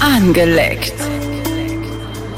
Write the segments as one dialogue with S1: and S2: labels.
S1: Angeleckt.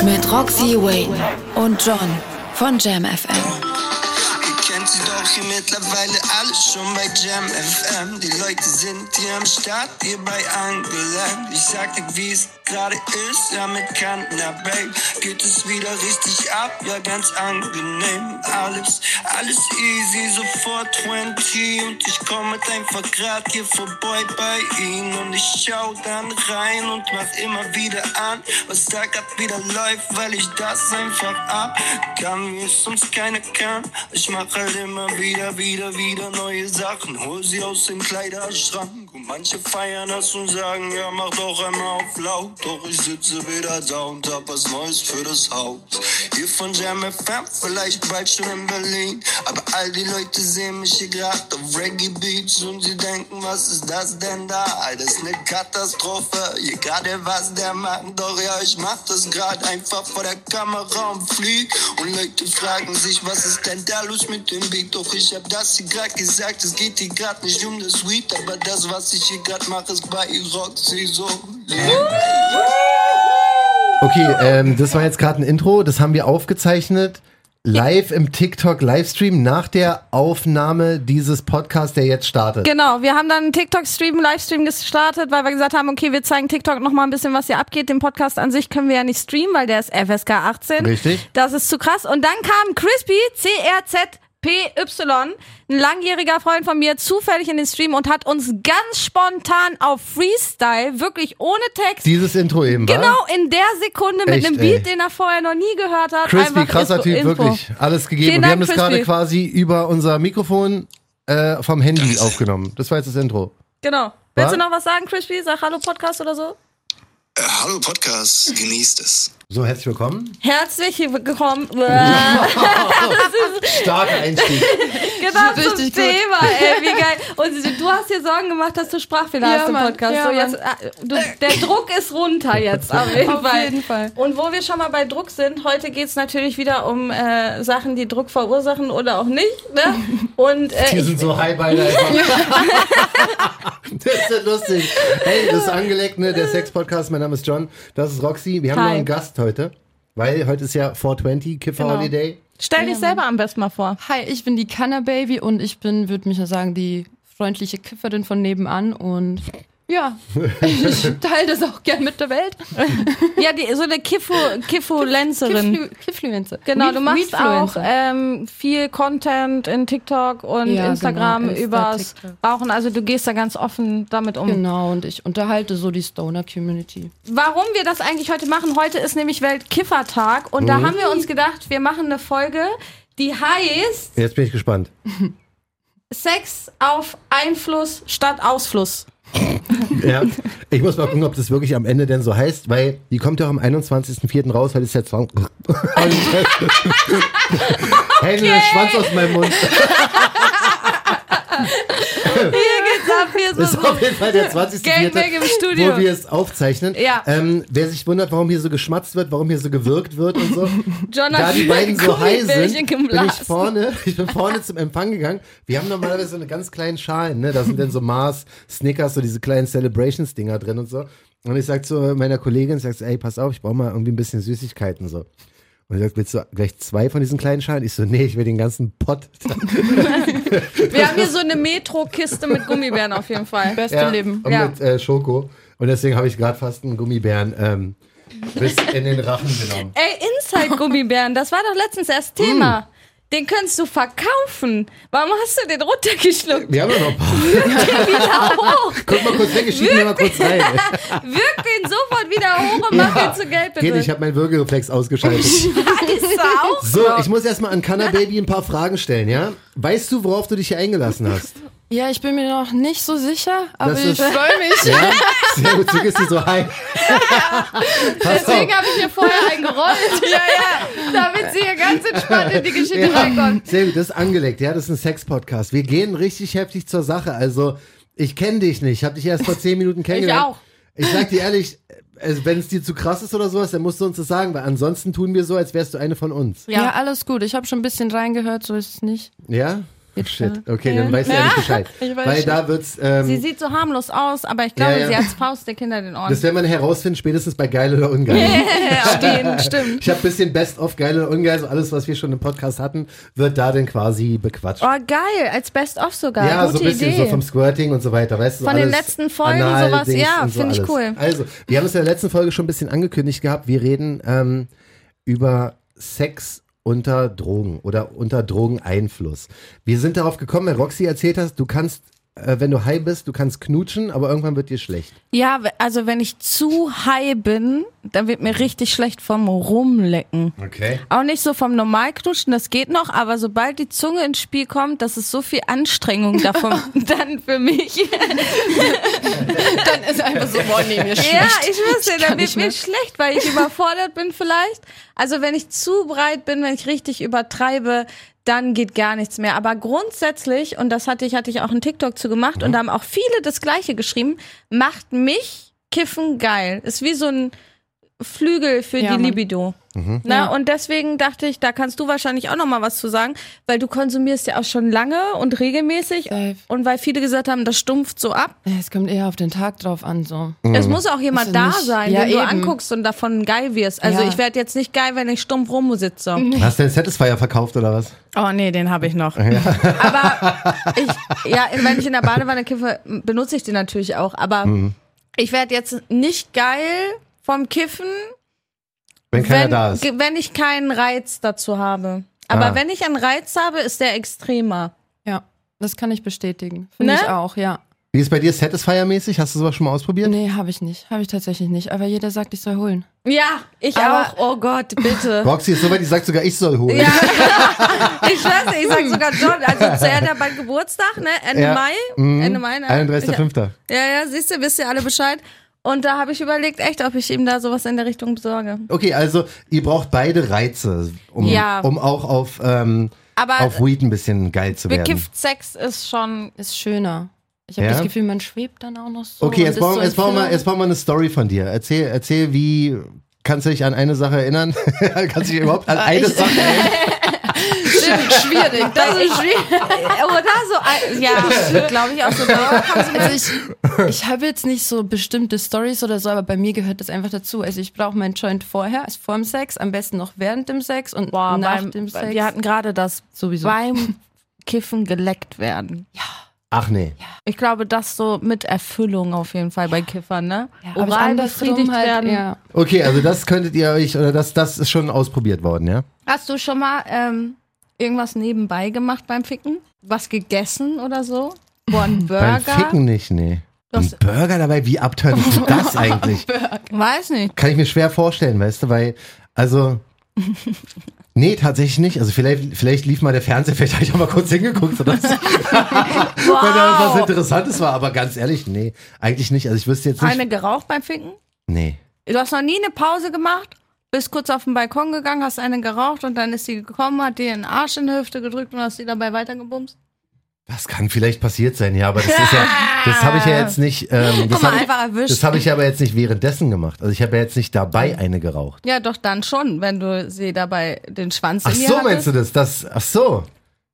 S1: Mit Roxy Wayne und John von Jam FM.
S2: Ihr kennt sie doch hier mittlerweile alle schon bei Jam FM. Die Leute sind hier am Start, ihr bei angelangt. Ich sag dir, wie es gerade ist, ja mit Kantner, Babe. Geht es wieder richtig ab, ja ganz angenehm. Alles, alles easy, sofort 20. Und ich komme halt einfach grad hier vorbei bei ihnen. Und ich schau dann rein und mach immer wieder an, was da grad wieder läuft, weil ich das einfach ab kann, wie es sonst keiner kann. Ich mach halt immer wieder, wieder, wieder neue Sachen. Hol sie aus dem Kleiderschrank. Und manche feiern das und sagen, ja, mach doch einmal auf laut. Doch ich sitze wieder da und hab was Neues für das Haus. Hier von Jam FM, vielleicht bald schon in Berlin. Aber all die Leute sehen mich hier grad auf Reggae Beats und sie denken, was ist das denn da? Das ist ne Katastrophe. Hier gerade was der macht. Doch ja, ich mach das grad einfach vor der Kamera und flieg. Und Leute fragen sich, was ist denn da los mit dem Beat? Doch ich hab das hier grad gesagt, es geht hier grad nicht um das Weed. Aber das, was ich hier grad mach, ist bei Roxy so.
S3: Okay, ähm, das war jetzt gerade ein Intro, das haben wir aufgezeichnet. Live im TikTok-Livestream nach der Aufnahme dieses Podcasts, der jetzt startet.
S4: Genau, wir haben dann einen TikTok-Stream, Livestream gestartet, weil wir gesagt haben, okay, wir zeigen TikTok nochmal ein bisschen, was hier abgeht. Den Podcast an sich können wir ja nicht streamen, weil der ist FSK 18.
S3: Richtig.
S4: Das ist zu krass. Und dann kam Crispy, CRZPY, ein langjähriger Freund von mir, zufällig in den Stream und hat uns ganz spontan auf Freestyle, wirklich ohne Text,
S3: Dieses Intro eben,
S4: genau
S3: wa?
S4: in der Sekunde mit
S3: Echt,
S4: einem Beat,
S3: ey.
S4: den er vorher noch nie gehört hat.
S3: Crispy,
S4: einfach
S3: krasser
S4: Info-
S3: Typ,
S4: Info.
S3: wirklich. Alles gegeben.
S4: Vielen
S3: Und wir
S4: Dank,
S3: haben das
S4: Crispy.
S3: gerade quasi über unser Mikrofon äh, vom Handy aufgenommen. Das war jetzt das Intro.
S4: Genau. Willst du
S3: Wa?
S4: noch was sagen, Crispy? Sag Hallo Podcast oder so.
S5: Äh, hallo Podcast, genießt es.
S3: So, herzlich willkommen.
S4: Herzlich willkommen. Genau
S3: Starker Einstieg.
S4: zum
S6: Richtig gut.
S4: Thema, ey, wie geil. Und du- du hast dir Sorgen gemacht, dass du Sprachfehler
S6: Ja,
S4: hast im
S6: Mann,
S4: Podcast.
S6: ja,
S4: so, jetzt, äh, du, der Druck ist runter jetzt, auf jeden,
S6: Auf
S4: Fall.
S6: jeden Fall.
S4: Und wo wir schon mal bei Druck sind, heute geht es natürlich wieder um äh, Sachen, die Druck verursachen oder auch nicht. Ne? Und äh,
S3: Die
S4: ich,
S3: sind so high beide einfach. Das ist ja lustig. Hey, das ist angelegt, ne? Der Sex-Podcast. Mein Name ist John. Das ist Roxy. Wir haben
S4: Hi.
S3: noch einen Gast heute. Weil heute ist ja 420, Kiffer
S4: Genau.
S3: Holiday.
S4: stell dich selber am besten mal vor.
S6: Hi, ich bin die Kanna Baby und ich bin, würde mich ja sagen, die freundliche Kifferin von nebenan und ja, ich teile das auch gern mit der Welt.
S4: Ja, die, so eine Kiffo, Kiffolenzerin.
S6: Kifflu Kiffluencer.
S4: Genau, du machst auch
S6: Weedfluencer.
S4: ähm, viel Content in TikTok und
S6: Ja,
S4: Instagram
S6: genau, Insta,
S4: übers
S6: TikTok.
S4: Rauchen. Also du gehst da ganz offen damit um.
S6: Genau, und ich unterhalte so die Stoner-Community.
S4: Warum wir das eigentlich heute machen? Heute ist nämlich Weltkiffertag und
S3: Mhm.
S4: da haben wir uns gedacht, wir machen eine Folge, die heißt
S3: Jetzt bin ich gespannt.
S4: Sex auf Einfluss statt Ausfluss.
S3: Ja. Ich muss mal gucken, ob das wirklich am Ende denn so heißt, weil die kommt ja auch am 21.04. raus, weil das ist der Song. Hey, okay. Schwanz aus meinem Mund.
S4: Hier geht's ab, hier
S3: Das
S4: ist
S3: ist auf jeden Fall der 20.
S4: Gangbang im Studio.
S3: wo wir es aufzeichnen.
S4: Ja.
S3: Ähm, wer sich wundert, warum hier so geschmatzt wird, warum hier so gewirkt wird und so.
S4: Jonas
S3: da die beiden so high
S4: Gummibärchen
S3: sind, bin ich
S4: geblasen.
S3: vorne, ich bin vorne zum Empfang gegangen. Wir haben normalerweise so eine ganz kleinen Schalen, ne? Da sind dann so Mars, Snickers, so diese kleinen Celebrations-Dinger drin und so. Und ich sag zu meiner Kollegin, ich sag, so, ey, pass auf, ich brauche mal irgendwie ein bisschen Süßigkeiten so. Und ich sag, willst du gleich zwei von diesen kleinen Schalen? Ich so, nee, ich will den ganzen Pott.
S4: Wir haben hier so eine Metro-Kiste mit Gummibären auf jeden Fall.
S6: Beste Leben.
S3: Und
S4: Ja.
S3: mit äh, Schoko. Und deswegen habe ich gerade fast einen Gummibären ähm, bis in den Rachen genommen.
S4: Ey, Inside-Gummibären, das war doch letztens
S3: Mm.
S4: erst Thema. Den könntest du verkaufen. Warum hast du den runtergeschluckt?
S3: Wir haben ja noch ein paar.
S4: Wieder hoch.
S3: Guck mal kurz weg, ich schieb mir mal kurz rein.
S4: Wirk den sofort wieder hoch und mach
S3: Ja.
S4: ihn zu Geld,
S3: Geht,
S4: bitte. Oh,
S3: ich habe meinen Würgereflex ausgeschaltet.
S4: Ist er auch?
S3: So, ich muss erstmal an Kanna Baby ein paar Fragen stellen, ja? Weißt du, worauf du dich hier eingelassen hast?
S6: Ja, ich bin mir noch nicht so sicher, aber
S3: Das
S6: ich
S3: ist-
S6: freue mich.
S3: Ja? Sehr gut, du bist hier so high. Pass
S6: Deswegen habe ich mir vorher einen gerollt, ja, ja, damit sie hier ganz entspannt in die Geschichte reinkommt.
S3: Sehr gut, das ist angelegt, ja, das ist ein Sex-Podcast. Wir gehen richtig heftig zur Sache. Also, ich kenne dich nicht, habe dich erst vor zehn Minuten kennengelernt. Ich auch. Ich sag dir ehrlich, also, wenn es dir zu krass ist oder sowas, dann musst du uns das sagen, weil ansonsten tun wir so, als wärst du eine von uns.
S6: Ja, alles gut. Ich habe schon ein bisschen reingehört, so ist es nicht.
S3: Ja?
S6: geht
S3: Shit.
S6: klar.
S3: Okay, dann weißt du ja nicht Bescheid.
S6: Ich weiß
S3: Weil
S6: schon.
S3: da wird's,
S4: Sie
S3: ähm,
S4: sieht so harmlos aus, aber ich glaube,
S3: Ja, ja.
S4: sie hat Faustdick hinter den Ohren.
S3: das werden wir herausfinden, spätestens bei Geil oder Ungeil.
S4: Stehen, stimmt.
S3: Ich habe ein bisschen Best of Geil oder Ungeil, so alles, was wir schon im Podcast hatten, wird da dann quasi bequatscht.
S4: Oh, geil, als Best-of sogar.
S3: ja,
S4: Gute
S3: so ein bisschen
S4: Idee.
S3: so vom Squirting und so weiter, weißt du? so
S4: Von den
S3: alles
S4: letzten Folgen,
S3: Anal,
S4: sowas,
S3: Dings
S4: ja,
S3: und so
S4: finde ich
S3: alles.
S4: cool.
S3: Also, wir haben es in der letzten Folge schon ein bisschen angekündigt gehabt. Wir reden ähm, über Sex unter Drogen oder unter Drogeneinfluss. Wir sind darauf gekommen, weil Roxy erzählt hast, du kannst, äh, wenn du high bist, du kannst knutschen, aber irgendwann wird dir schlecht.
S4: ja, we- also wenn ich zu high bin, dann wird mir richtig schlecht vom Rumlecken.
S3: Okay.
S4: Auch nicht so vom Normalknutschen, das geht noch, aber sobald die Zunge ins Spiel kommt, das ist so viel Anstrengung davon dann für mich.
S6: Dann ist einfach so, boah, nee, mir schlecht.
S4: Ja, ich wüsste,
S6: Ich kann
S4: dann wird
S6: nicht
S4: mir
S6: mehr.
S4: schlecht, weil ich überfordert bin vielleicht. Also wenn ich zu breit bin, wenn ich richtig übertreibe, dann geht gar nichts mehr. Aber grundsätzlich, und das hatte ich, hatte ich auch einen TikTok zu gemacht,
S6: Mhm.
S4: und da haben auch viele das Gleiche geschrieben, macht mich Kiffen geil. Ist wie so ein Flügel für
S6: Ja,
S4: die
S6: Mann. Mhm.
S4: Libido. Na,
S6: Ja.
S4: und deswegen dachte ich, da kannst du wahrscheinlich auch noch mal was zu sagen, weil du konsumierst ja auch schon lange und regelmäßig.
S6: Safe.
S4: Und weil viele gesagt haben, das stumpft so ab.
S6: Ja, Es kommt eher auf den Tag drauf an, so.
S4: Es
S3: Mhm.
S4: muss auch jemand
S6: Also
S4: da
S6: nicht-
S4: sein,
S6: ja,
S4: den du
S6: eben.
S4: anguckst und davon geil wirst. Also
S6: Ja. Mhm.
S4: ich werde jetzt nicht geil, wenn ich stumpf rumsitze.
S3: Hast du den Satisfier verkauft oder was?
S4: Oh nee, den habe ich noch. Aber ich, ja, wenn ich in der Badewanne kiffe, benutze ich den natürlich auch. Aber
S3: Mhm.
S4: ich werde jetzt nicht geil vom Kiffen,
S3: Wenn keiner
S4: wenn,
S3: da ist.
S4: ge- wenn ich keinen Reiz dazu habe. Aber
S3: Ah.
S4: wenn ich einen Reiz habe, ist der extremer.
S6: Ja, das kann ich bestätigen. Finde
S4: Ne?
S6: ich auch, ja.
S3: Wie ist bei dir Satisfier-mäßig? Hast du sowas schon mal ausprobiert?
S6: Nee, habe ich nicht. Habe ich tatsächlich nicht. Aber jeder sagt, ich soll holen.
S4: Ja, ich
S6: Aber-
S4: auch. Oh Gott, bitte.
S3: Roxy ist so weit, die sagt sogar, ich soll holen.
S4: Ja, ich weiß nicht, ich sag sogar John. Also zuerst ja mein Geburtstag, ne? Ende
S3: Ja.
S4: Mai.
S3: Mhm.
S4: Ende Mai, ne?
S3: 31.05.
S4: Ja, ja, siehst du, wisst ihr alle Bescheid. Und da habe ich überlegt, echt, ob ich ihm da sowas in der Richtung besorge.
S3: Okay, also ihr braucht beide Reize, um,
S4: Ja.
S3: um auch auf, ähm,
S4: Aber
S3: auf Weed ein bisschen geil zu werden.
S4: bekifft Sex ist schon.
S6: Ist schöner. Ich habe
S3: Ja?
S6: das Gefühl, man schwebt dann auch noch so.
S3: Okay,
S6: und
S3: jetzt
S6: ist
S3: brauchen,
S6: so
S3: jetzt, brauchen wir,
S6: entflogen.
S3: jetzt brauchen wir eine Story von dir. Erzähl, erzähl wie, kannst du dich an eine Sache erinnern? kannst du dich überhaupt an eine Sache erinnern?
S6: Stimmt, schwierig. Das ist schwierig.
S4: Oder so. Ja, glaube ich auch so.
S6: Also ich, ich habe jetzt nicht so bestimmte Stories oder so, aber bei mir gehört das einfach dazu. Also ich brauche meinen Joint vorher, also vor dem Sex, am besten noch während dem Sex und nach dem Sex.
S4: wir hatten gerade das
S6: sowieso.
S4: beim Kiffen geleckt werden.
S3: Ach nee.
S4: Ich glaube, das so mit Erfüllung auf jeden Fall bei Kiffern, ne?
S6: Ja, aber
S4: Oral
S6: andersrum
S4: befriedigt
S6: halt,
S4: werden.
S6: Ja.
S3: Okay, also das könntet ihr euch, oder das, das ist schon ausprobiert worden, ja?
S4: Hast du schon mal ähm, irgendwas nebenbei gemacht beim Ficken? Was gegessen oder so? Boah,
S3: Beim
S4: ein Burger?
S3: Ficken nicht, nee. Ein
S4: Das-
S3: Burger dabei, wie abtörend ist das eigentlich?
S4: Weiß nicht.
S3: Kann ich mir schwer vorstellen, weißt du, weil, also. Nee, tatsächlich nicht. Also vielleicht, vielleicht lief mal der Fernseher, vielleicht habe ich auch mal kurz hingeguckt oder so. Weil da was Interessantes war, aber ganz ehrlich, nee, eigentlich nicht. Also ich wüsste jetzt nicht.
S4: Eine geraucht beim Ficken?
S3: nee.
S4: Du hast noch nie eine Pause gemacht? Bist kurz auf den Balkon gegangen, hast eine geraucht und dann ist sie gekommen, hat dir einen Arsch in die Hüfte gedrückt und hast sie dabei weitergebumst?
S3: Das kann vielleicht passiert sein, ja, aber das ist ja, das habe ich ja jetzt nicht, ähm, das
S4: Guck mal,
S3: habe ich,
S4: einfach erwischt.
S3: das hab ich aber jetzt nicht währenddessen gemacht. Also ich habe ja jetzt nicht dabei eine geraucht.
S4: Ja, doch dann schon, wenn du sie dabei den Schwanz
S3: Ach
S4: in ihr
S3: so,
S4: hattest.
S3: meinst du das? Das, ach so.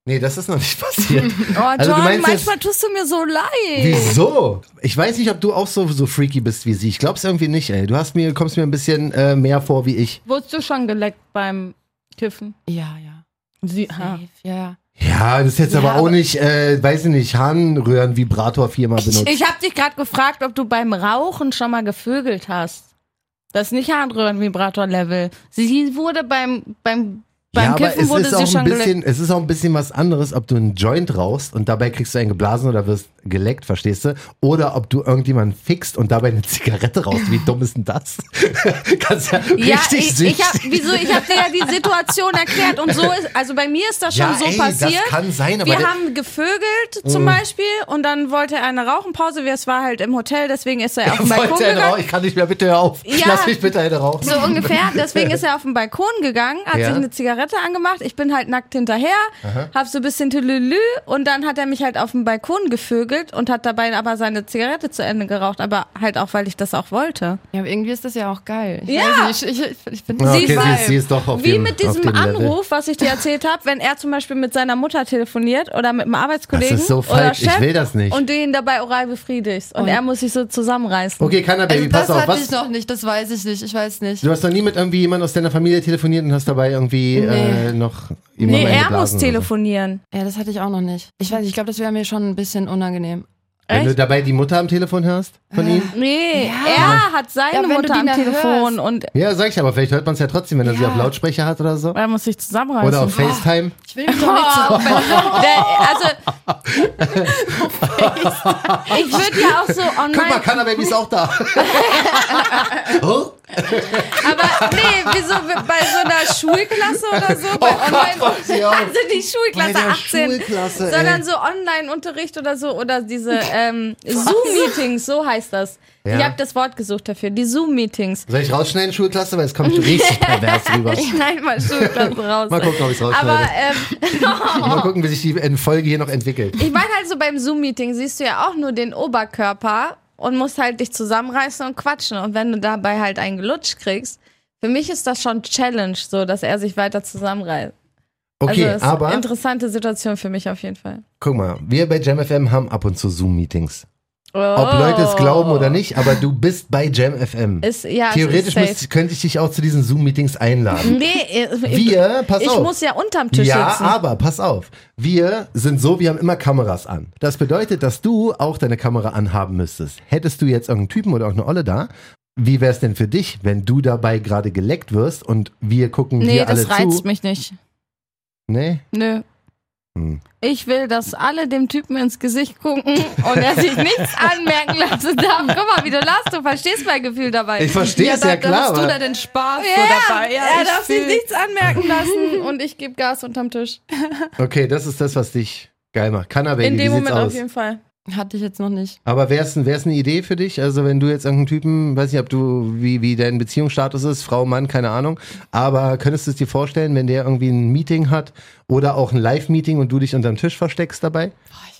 S3: Nee, das ist noch nicht passiert.
S4: Oh, John,
S3: Also du meinst jetzt-
S4: manchmal tust du mir so leid.
S3: Wieso? Ich weiß nicht, ob du auch so, so freaky bist wie sie. Ich glaub's irgendwie nicht, ey. Du hast mir, kommst mir ein bisschen äh, mehr vor wie ich.
S4: Wurdest du schon geleckt beim Kiffen?
S6: Ja, ja.
S4: Sie,
S6: Safe, ja, ja.
S3: Ja, das ist jetzt aber auch
S4: aber-
S3: nicht, äh, weiß ich nicht, Harnröhren-Vibrator viermal benutzt.
S4: Ich habe dich gerade gefragt, ob du beim Rauchen schon mal gevögelt hast. Das ist nicht Harnröhren-Vibrator-Level. Sie wurde beim, beim, beim
S3: ja, aber
S4: Kiffen
S3: es
S4: wurde
S3: ist,
S4: sie
S3: auch ein
S4: schon geleckt.
S3: bisschen, es ist auch ein bisschen was anderes, ob du einen Joint rauchst und dabei kriegst du einen geblasen oder wirst geleckt, verstehst du? Oder ob du irgendjemanden fixt und dabei eine Zigarette rauchst. Wie dumm ist denn das? Kannst ja,
S4: Ja,
S3: richtig
S4: ich, ich hab,
S3: süchtig-
S4: wieso, ich habe dir ja die Situation erklärt und so ist, also bei mir ist das schon
S3: ja,
S4: so
S3: ey,
S4: passiert.
S3: Das kann sein, aber
S4: wir
S3: der- Mhm.
S4: haben gevögelt zum Beispiel und dann wollte er eine Rauchenpause. Wir- Es war halt im Hotel, deswegen ist er auf den
S3: ich
S4: Balkon
S3: wollte eine
S4: gegangen.
S3: rauchen. Ich kann nicht mehr, bitte hör auf.
S4: Ja.
S3: Lass mich bitte eine rauchen.
S4: So ungefähr. Deswegen ist er auf den Balkon gegangen, hat
S3: Ja.
S4: sich eine Zigarette angemacht. Ich bin halt nackt hinterher, hab so ein bisschen Tülülü und dann hat er mich halt auf den Balkon gevögelt gegoogelt und hat dabei aber seine Zigarette zu Ende geraucht, aber halt auch, weil ich das auch wollte.
S6: Ja, aber irgendwie ist das ja auch geil. Ich
S4: Ja.
S6: Weiß nicht, ich, ich, ich bin
S3: Ja,
S4: Sie
S3: okay, sie,
S4: war-
S3: ist, sie ist doch auf
S4: Wie
S3: dem,
S4: mit
S3: auf
S4: diesem
S3: dem Level.
S4: Anruf, was ich dir erzählt habe, wenn er zum Beispiel mit seiner Mutter telefoniert oder mit einem Arbeitskollegen
S3: Das ist so
S4: oder
S3: falsch. Ich
S4: Chef
S3: will das nicht.
S4: und du ihn dabei oral befriedigst und,
S6: Und-
S4: er muss sich so zusammenreißen.
S3: Okay, Kanna Baby,
S6: Also das
S3: pass auf.
S6: hatte
S3: Was,
S6: ich noch nicht, das weiß ich nicht, ich weiß nicht.
S3: Du hast noch nie mit irgendwie jemand aus deiner Familie telefoniert und hast dabei irgendwie äh, noch jemanden
S4: Nee, er
S3: eingeblasen
S4: muss
S3: oder so.
S4: telefonieren.
S6: Ja, das hatte ich auch noch nicht. Ich weiß, ich glaube, das wäre mir schon ein bisschen unangenehm.
S3: Wenn du
S4: Echt? Ah.
S3: dabei die Mutter am Telefon hörst von ihm?
S4: Nee,
S6: Ja.
S4: er hat
S6: Ja,
S4: seine
S6: wenn du
S4: Mutter
S6: die
S4: am
S6: dann
S4: Telefon und
S3: Ja, sag ich aber, vielleicht hört man es ja trotzdem, wenn er sie
S6: Ja.
S3: auf Lautsprecher hat oder so.
S4: er muss sich zusammenreißen. Ah.
S3: Oder auf FaceTime.
S6: Ich will mich doch nicht so.
S4: Der, also, ich würde ja auch so, oh
S3: Guck mal,
S4: nein,
S3: Kanna Baby ist auch da. oh?
S4: aber nee, wieso bei so einer Schulklasse oder so,
S3: Oh
S4: bei online,
S3: sie auch.
S4: also die
S3: Bei
S4: Schulklasse
S3: der
S4: 18,
S3: Schulklasse, ey.
S4: sondern so Online-Unterricht oder so oder diese ähm, Zoom-Meetings, so heißt das.
S3: Ja.
S4: Ich habe das Wort gesucht dafür, die Zoom-Meetings.
S3: Soll ich rausschneiden, Schulklasse? Weil es kommt richtig pervers rüber.
S4: Ich schneide mal Schulklasse raus.
S3: Mal gucken, ob ich's rausschneide.
S4: Aber ähm,
S3: Mal gucken, wie sich die in Folge hier noch entwickelt.
S4: Ich meine halt so beim Zoom-Meeting siehst du ja auch nur den Oberkörper und musst halt dich zusammenreißen und quatschen. Und wenn du dabei halt einen Gelutsch kriegst, für mich ist das schon Challenge, so dass er sich weiter zusammenreißt.
S3: Okay,
S4: also ist
S3: aber
S4: interessante Situation für mich auf jeden Fall.
S3: guck mal, wir bei JamFM haben ab und zu Zoom-Meetings.
S4: Oh.
S3: Ob Leute es glauben oder nicht, aber du bist bei JamFM.
S4: Ist, ja, es
S3: Theoretisch
S4: ist safe.
S3: müsst, könnte ich dich auch zu diesen Zoom-Meetings einladen.
S4: Oh. Nee, äh, ich,
S3: Wir, pass
S4: ich
S3: auf.
S4: muss ja unterm Tisch
S3: ja,
S4: sitzen.
S3: aber pass auf. Wir sind so, wir haben immer Kameras an. Das bedeutet, dass du auch deine Kamera anhaben müsstest. Hättest du jetzt irgendeinen Typen oder auch eine Olle da, wie wär's denn für dich, wenn du dabei gerade geleckt wirst und wir gucken
S4: Nee,
S3: hier alle
S4: das reizt
S3: zu?
S4: mich nicht.
S3: Nee?
S4: Nö.
S3: Hm.
S4: Ich will, dass alle dem Typen ins Gesicht gucken und er sich nichts anmerken lassen darf. Guck mal, wie du lachst, du verstehst mein Gefühl dabei.
S3: Ich verstehe es ja,
S6: da,
S3: klar.
S6: hast du
S3: aber-
S6: da den Spaß
S4: Ja,
S6: so dabei.
S4: er
S6: ich
S4: darf sich
S6: fühl-
S4: nichts anmerken lassen und ich gebe Gas unterm Tisch.
S3: okay, das ist das, was dich geil macht. Kanna Baby,
S4: In
S3: wie
S4: dem
S3: sieht's
S4: Moment
S3: aus?
S4: auf jeden Fall.
S6: Hatte ich jetzt noch nicht.
S3: Aber wäre es wär's eine Idee für dich? Also wenn du jetzt irgendeinen Typen, weiß nicht, ob du, wie, wie dein Beziehungsstatus ist, Frau, Mann, keine Ahnung, aber könntest du es dir vorstellen, wenn der irgendwie ein Meeting hat oder auch ein Live-Meeting und du dich unterm Tisch versteckst dabei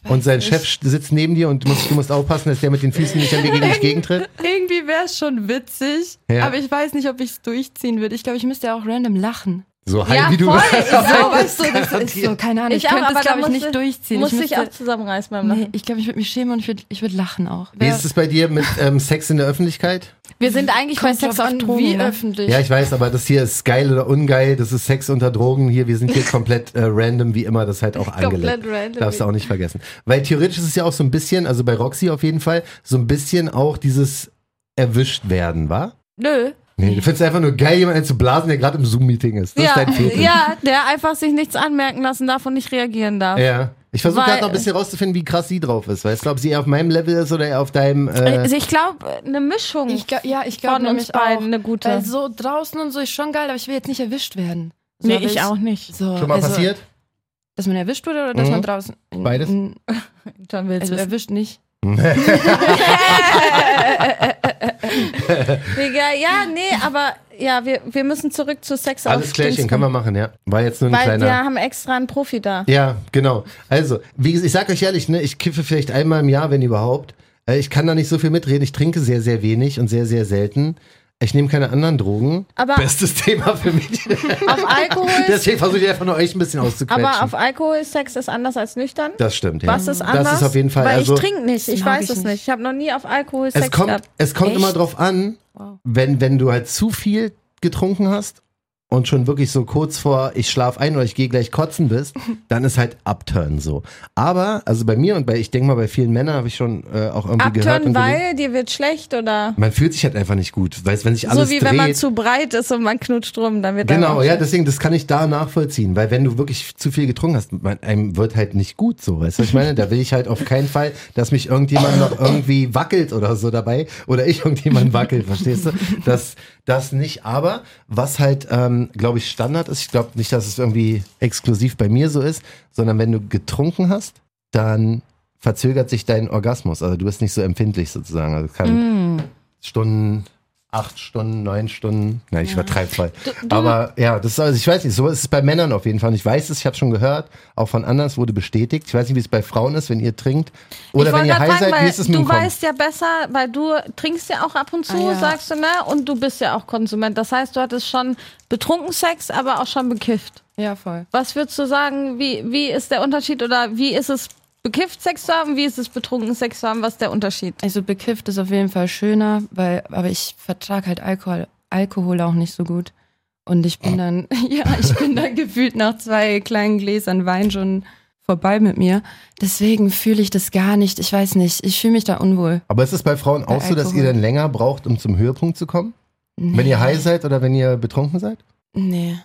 S3: und sein Chef sitzt neben dir und musst, du musst aufpassen, dass der mit den Füßen nicht irgendwie gegen dich gegentritt?
S6: Irgendwie wäre es schon witzig,
S3: Ja.
S6: aber ich weiß nicht, ob ich es durchziehen würde. Ich glaube, ich müsste ja auch random lachen.
S3: So halt
S4: Ja,
S3: wie du
S4: voll,
S6: So, weißt du, das ist so,
S3: garantiert.
S6: keine Ahnung. Ich,
S4: auch,
S6: könnte es,
S4: da
S6: glaube ich,
S4: musste-
S6: nicht durchziehen.
S4: Muss ich,
S6: ich
S4: auch
S6: müsste,
S4: zusammenreißen beim Lachen.
S6: nee, ich glaube, ich würde mich schämen und ich würde ich würd lachen auch.
S3: Wie ist es bei dir mit ähm, Sex in der Öffentlichkeit?
S4: Wir sind eigentlich bei
S6: Kommt
S4: Sex
S6: drauf
S4: auf
S6: an,
S4: Drogen.
S6: Wie
S4: ne?
S6: öffentlich?
S3: Ja, ich weiß, aber das hier ist geil oder ungeil, das ist Sex unter Drogen hier, wir sind hier komplett äh, random, wie immer, das ist halt auch angelegt.
S4: random.
S3: Darfst du auch nicht vergessen. Weil theoretisch ist es ja auch so ein bisschen, also bei Roxy auf jeden Fall, so ein bisschen auch dieses erwischt werden, wa?
S4: Nö.
S3: Nee, du findest einfach nur geil, jemanden zu blasen, der gerade im Zoom-Meeting ist. Das
S4: Ja,
S3: ist dein Fetisch.
S4: ja, der einfach sich nichts anmerken lassen darf und nicht reagieren darf.
S3: Ja. Ich versuche gerade
S4: Weil-
S3: noch ein bisschen rauszufinden, wie krass sie drauf ist. Weißt du, ob sie eher auf meinem Level ist oder eher auf deinem. Äh,
S4: Also ich glaube, eine Mischung.
S6: Ich glaub, ja, ich glaube
S4: Von uns
S6: nämlich
S4: beiden
S6: auch, Also,
S4: eine gute.
S6: Weil so draußen und so ist schon geil, aber ich will jetzt nicht erwischt werden. So,
S4: nee,
S6: aber
S4: ich auch nicht.
S6: So,
S3: schon mal
S6: also,
S3: passiert?
S6: Dass man erwischt wurde oder dass
S3: Mhm.
S6: man draußen.
S3: Beides.
S6: N-
S4: John will's
S6: Also
S4: wissen.
S6: erwischt nicht.
S4: Digga, ja, nee, aber ja, wir, wir müssen zurück zu Sex
S3: Alles Klärchen, kann man machen, ja. War jetzt nur ein
S4: Weil
S3: kleiner.
S4: wir haben extra einen Profi da.
S3: Ja, genau. Also, wie gesagt, ich sag euch ehrlich, ne, ich kiffe vielleicht einmal im Jahr, wenn überhaupt. Äh, Ich kann da nicht so viel mitreden. Ich trinke sehr, sehr wenig und sehr, sehr selten. Ich nehme keine anderen Drogen.
S4: Aber
S3: Bestes Thema für mich.
S4: auf Alkohol
S3: Deswegen versuche ich einfach nur euch ein bisschen auszuquetschen.
S4: Aber auf Alkohol Sex ist anders als nüchtern.
S3: das stimmt, ja.
S4: Was ist anders?
S3: Das ist auf jeden Fall.
S4: Weil
S3: also,
S4: ich trinke nicht. Ich
S6: mag
S4: weiß
S6: ich
S4: es
S6: nicht.
S4: nicht. Ich habe noch nie auf Alkohol Sex
S3: es kommt,
S4: gehabt.
S3: es kommt immer
S6: Echt?
S3: drauf an, wenn, wenn du halt zu viel getrunken hast und schon wirklich so kurz vor ich schlaf ein oder ich gehe gleich kotzen bist, dann ist halt Upturn so. Aber, also bei mir und bei, ich denke mal, bei vielen Männern habe ich schon äh, auch irgendwie gehört.
S4: Abtönen,
S3: Und gelesen,
S4: weil dir wird schlecht oder
S3: man fühlt sich halt einfach nicht gut. Weißt, wenn sich alles
S4: so wie
S3: Also dreht.
S4: wenn man zu breit ist und man knutscht rum, dann wird
S3: Genau,
S4: einem
S3: ja, deswegen, das kann ich da nachvollziehen, weil wenn du wirklich zu viel getrunken hast, man, einem wird halt nicht gut so, weißt du, was ich meine? Da will ich halt auf keinen Fall, dass mich irgendjemand noch irgendwie wackelt oder so dabei oder ich irgendjemand wackelt, verstehst du? Das, das nicht, aber was halt, ähm, glaube ich, Standard ist, ich glaube nicht, dass es irgendwie exklusiv bei mir so ist, sondern wenn du getrunken hast, dann verzögert sich dein Orgasmus, also du bist nicht so empfindlich sozusagen, also kann Stunden, acht Stunden, neun Stunden. Nein, ich übertreibe voll. Aber ja, das ist, also ich weiß nicht, so ist es bei Männern auf jeden Fall. Und ich weiß es, ich habe schon gehört, auch von anderen, es wurde bestätigt. Ich weiß nicht, wie es bei Frauen ist, wenn ihr trinkt. Oder wenn
S4: wollte
S3: ihr
S4: grad
S3: high seid, wie
S4: weil
S3: ist es mit
S4: du
S3: dem Kommen?
S4: weißt ja besser, weil du trinkst ja auch ab und zu,
S6: Ah, ja.
S4: sagst du, ne? Und du bist ja auch Konsument. Das heißt, du hattest schon betrunken Sex, aber auch schon bekifft.
S6: Ja, voll.
S4: Was würdest du sagen, wie, wie ist der Unterschied oder wie ist es bekifft Sex zu haben, wie ist es betrunken Sex zu haben, was ist der Unterschied?
S6: Also bekifft ist auf jeden Fall schöner, weil, aber ich vertrag halt Alkohol, Alkohol auch nicht so gut. Und ich
S3: Oh.
S6: bin dann, ja, ich bin dann gefühlt nach zwei kleinen Gläsern Wein schon vorbei mit mir. Deswegen fühle ich das gar nicht. Ich weiß nicht. Ich fühle mich da unwohl.
S3: Aber ist es bei Frauen auch so, dass ihr
S6: Alkohol.
S3: dann länger braucht, um zum Höhepunkt zu kommen? Wenn ihr high seid oder wenn ihr betrunken seid?
S6: Nee.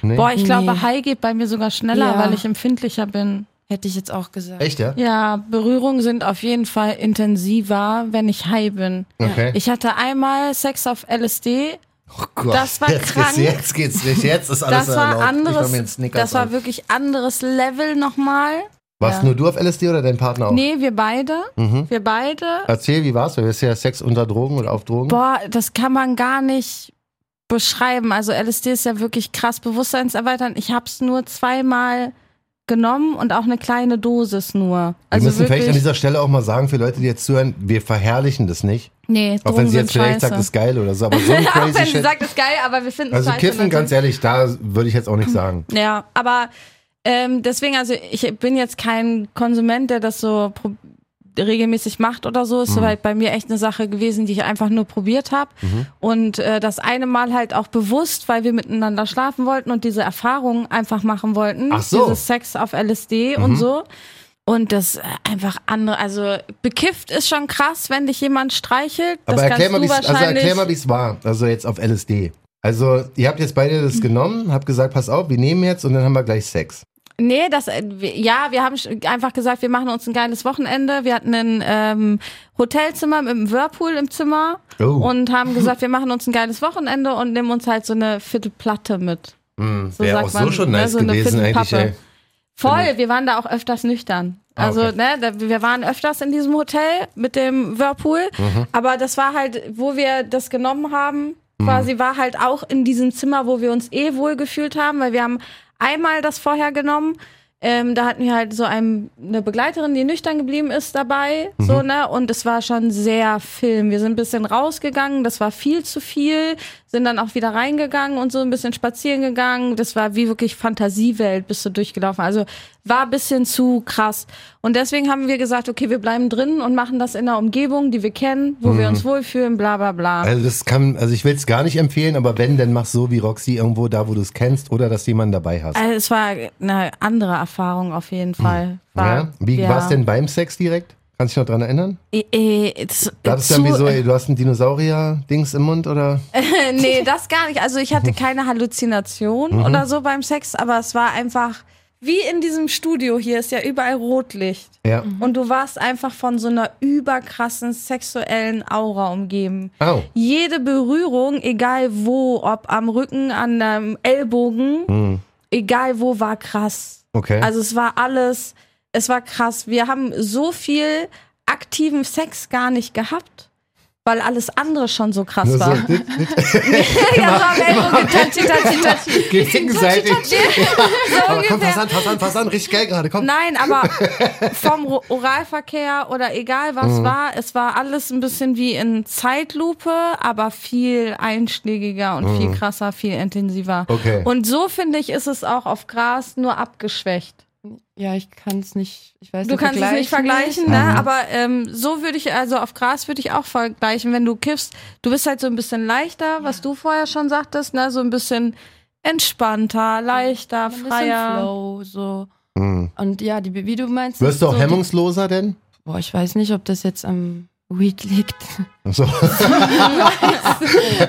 S3: Nee.
S4: Boah, ich
S6: Nee.
S4: glaube, High geht bei mir sogar schneller,
S6: Ja.
S4: weil ich empfindlicher bin.
S6: Hätte ich jetzt auch gesagt.
S3: Echt, ja?
S4: Ja, Berührungen sind auf jeden Fall intensiver, wenn ich high bin.
S3: Okay.
S4: Ich hatte einmal Sex auf LSD.
S3: oh Gott,
S4: das war
S3: jetzt
S4: krank.
S3: Geht's, jetzt geht's nicht, jetzt ist alles
S4: Das
S3: erlaubt.
S4: war
S3: Ich mach mir einen
S4: anderes,
S3: Snickers
S4: das war
S3: an.
S4: wirklich anderes Level nochmal.
S3: Warst nur du auf LSD oder dein Partner auch?
S4: Nee, wir beide,
S3: Mhm.
S4: wir beide.
S3: Erzähl, wie war's? Du hast ja Sex unter Drogen oder auf Drogen.
S4: Boah, das kann man gar nicht beschreiben. Also LSD ist ja wirklich krass bewusstseinserweiternd. Ich hab's nur zweimal genommen und auch eine kleine Dosis nur. Also
S3: wir müssen vielleicht an
S4: wirklich,
S3: dieser Stelle auch mal sagen, für Leute, die jetzt zuhören, wir verherrlichen das nicht.
S4: nee,
S3: Auch wenn
S4: Drogen
S3: sie
S4: sind
S3: jetzt vielleicht sagt, das
S4: scheiße.
S3: ist geil oder so, aber so ein
S4: Auch
S3: crazy
S4: wenn sie
S3: Shit.
S4: sagt, ist geil, aber wir finden
S3: Also
S4: scheiße.
S3: kiffen,
S4: natürlich.
S3: ganz ehrlich, da würde ich jetzt auch nicht sagen.
S4: Ja, aber ähm, deswegen, also ich bin jetzt kein Konsument, der das so pro- regelmäßig macht oder so. Ist
S3: Mhm.
S4: soweit bei mir echt eine Sache gewesen, die ich einfach nur probiert habe.
S3: Mhm.
S4: Und äh, das eine Mal halt auch bewusst, weil wir miteinander schlafen wollten und diese Erfahrung einfach machen wollten.
S3: Ach so. Mhm.
S4: Dieses Sex auf LSD und so. Und das äh, einfach andere, also bekifft ist schon krass, wenn dich jemand streichelt. Das
S3: Aber erklär
S4: kannst
S3: mal,
S4: du
S3: wie's, also
S4: wahrscheinlich.
S3: erklär mal, wie es war. Also jetzt auf LSD. Also ihr habt jetzt beide das genommen, habt gesagt, pass auf, wir nehmen jetzt und dann haben wir gleich Sex.
S4: Nee, das äh, wir- ja, wir haben sch- einfach gesagt, wir machen uns ein geiles Wochenende. Wir hatten ein ähm, Hotelzimmer mit einem Whirlpool im Zimmer
S3: Oh.
S4: und haben gesagt, wir machen uns ein geiles Wochenende und nehmen uns halt so eine fitte Platte mit. so
S3: Wäre Hm, auch so schon
S4: ne,
S3: nice
S4: so eine
S3: gewesen
S4: fitte
S3: eigentlich,
S4: Pappe.
S3: ey. Genau.
S4: Voll, wir waren da auch öfters nüchtern.
S3: Ah,
S4: Also,
S3: okay.
S4: ne, da, wir waren öfters in diesem Hotel mit dem Whirlpool,
S3: Mhm.
S4: aber das war halt, wo wir das genommen haben, quasi war halt auch in diesem Zimmer, wo wir uns eh wohl gefühlt haben, weil wir haben einmal das vorher genommen. Ähm, da hatten wir halt so einem, eine Begleiterin, die nüchtern geblieben ist dabei,
S3: Mhm.
S4: so, ne, und es war schon sehr Film. Wir sind ein bisschen rausgegangen, das war viel zu viel, sind dann auch wieder reingegangen und so ein bisschen spazieren gegangen. Das war wie wirklich Fantasiewelt, bist du durchgelaufen. Also war ein bisschen zu krass. Und deswegen haben wir gesagt, okay, wir bleiben drin und machen das in einer Umgebung, die wir kennen, wo
S3: Mhm.
S4: wir uns wohlfühlen, bla bla bla.
S3: Also das kann, also ich will es gar nicht empfehlen, aber wenn, dann mach so wie Roxy irgendwo da, wo du es kennst oder dass jemand dabei hast.
S4: Also es war eine andere Erfahrung auf jeden Fall. War,
S3: Mhm. ja? Wie
S4: ja.
S3: war es denn beim Sex direkt? Kannst du dich noch dran erinnern?
S4: Äh, äh, z-
S3: Da hattest du
S4: zu- äh,
S3: irgendwie so, ey, du hast ein Dinosaurier-Dings im Mund oder?
S4: nee, das gar nicht. Also ich hatte keine Halluzination
S3: Mhm.
S4: oder so beim Sex, aber es war einfach wie in diesem Studio hier ist ja überall Rotlicht.
S3: Ja.
S4: Und du warst einfach von so einer überkrassen sexuellen Aura umgeben.
S3: Au.
S4: Jede Berührung, egal wo, ob am Rücken, an dem Ellbogen, egal wo, war krass.
S3: Mhm. Okay.
S4: Also es war alles, es war krass. Wir haben so viel aktiven Sex gar nicht gehabt, weil alles andere schon so krass
S3: Nur so,
S4: war.
S3: dit,
S4: Ja, so am Ellbogen, tatschi, tatschi, tatschi.
S3: dit, gegenseitig.
S4: So
S3: Aber komm, pass
S4: ungefähr.
S3: an, pass an, pass an, richtig geil gerade, komm.
S4: Nein, aber vom Ro- Oralverkehr oder egal was
S3: Mhm.
S4: war, es war alles ein bisschen wie in Zeitlupe, aber viel einschlägiger und viel krasser, viel intensiver.
S3: Mhm. Okay.
S4: Und so finde ich, ist es auch auf Gras nur abgeschwächt.
S6: Ja, ich kann es nicht. Ich weiß
S4: Du
S6: nicht,
S4: kannst es nicht vergleichen,
S6: Mhm.
S4: ne? aber ähm, so würde ich, also auf Gras würde ich auch vergleichen, wenn du kiffst. Du bist halt so ein bisschen leichter, was du vorher schon sagtest, ne? so ein bisschen entspannter, leichter,
S6: Man ist im
S4: freier.
S6: Flow, so. Und ja, die, wie du meinst.
S3: Hm. Wirst du auch
S6: so,
S3: hemmungsloser denn?
S6: Boah, ich weiß nicht, ob das jetzt am Weed liegt.
S3: So.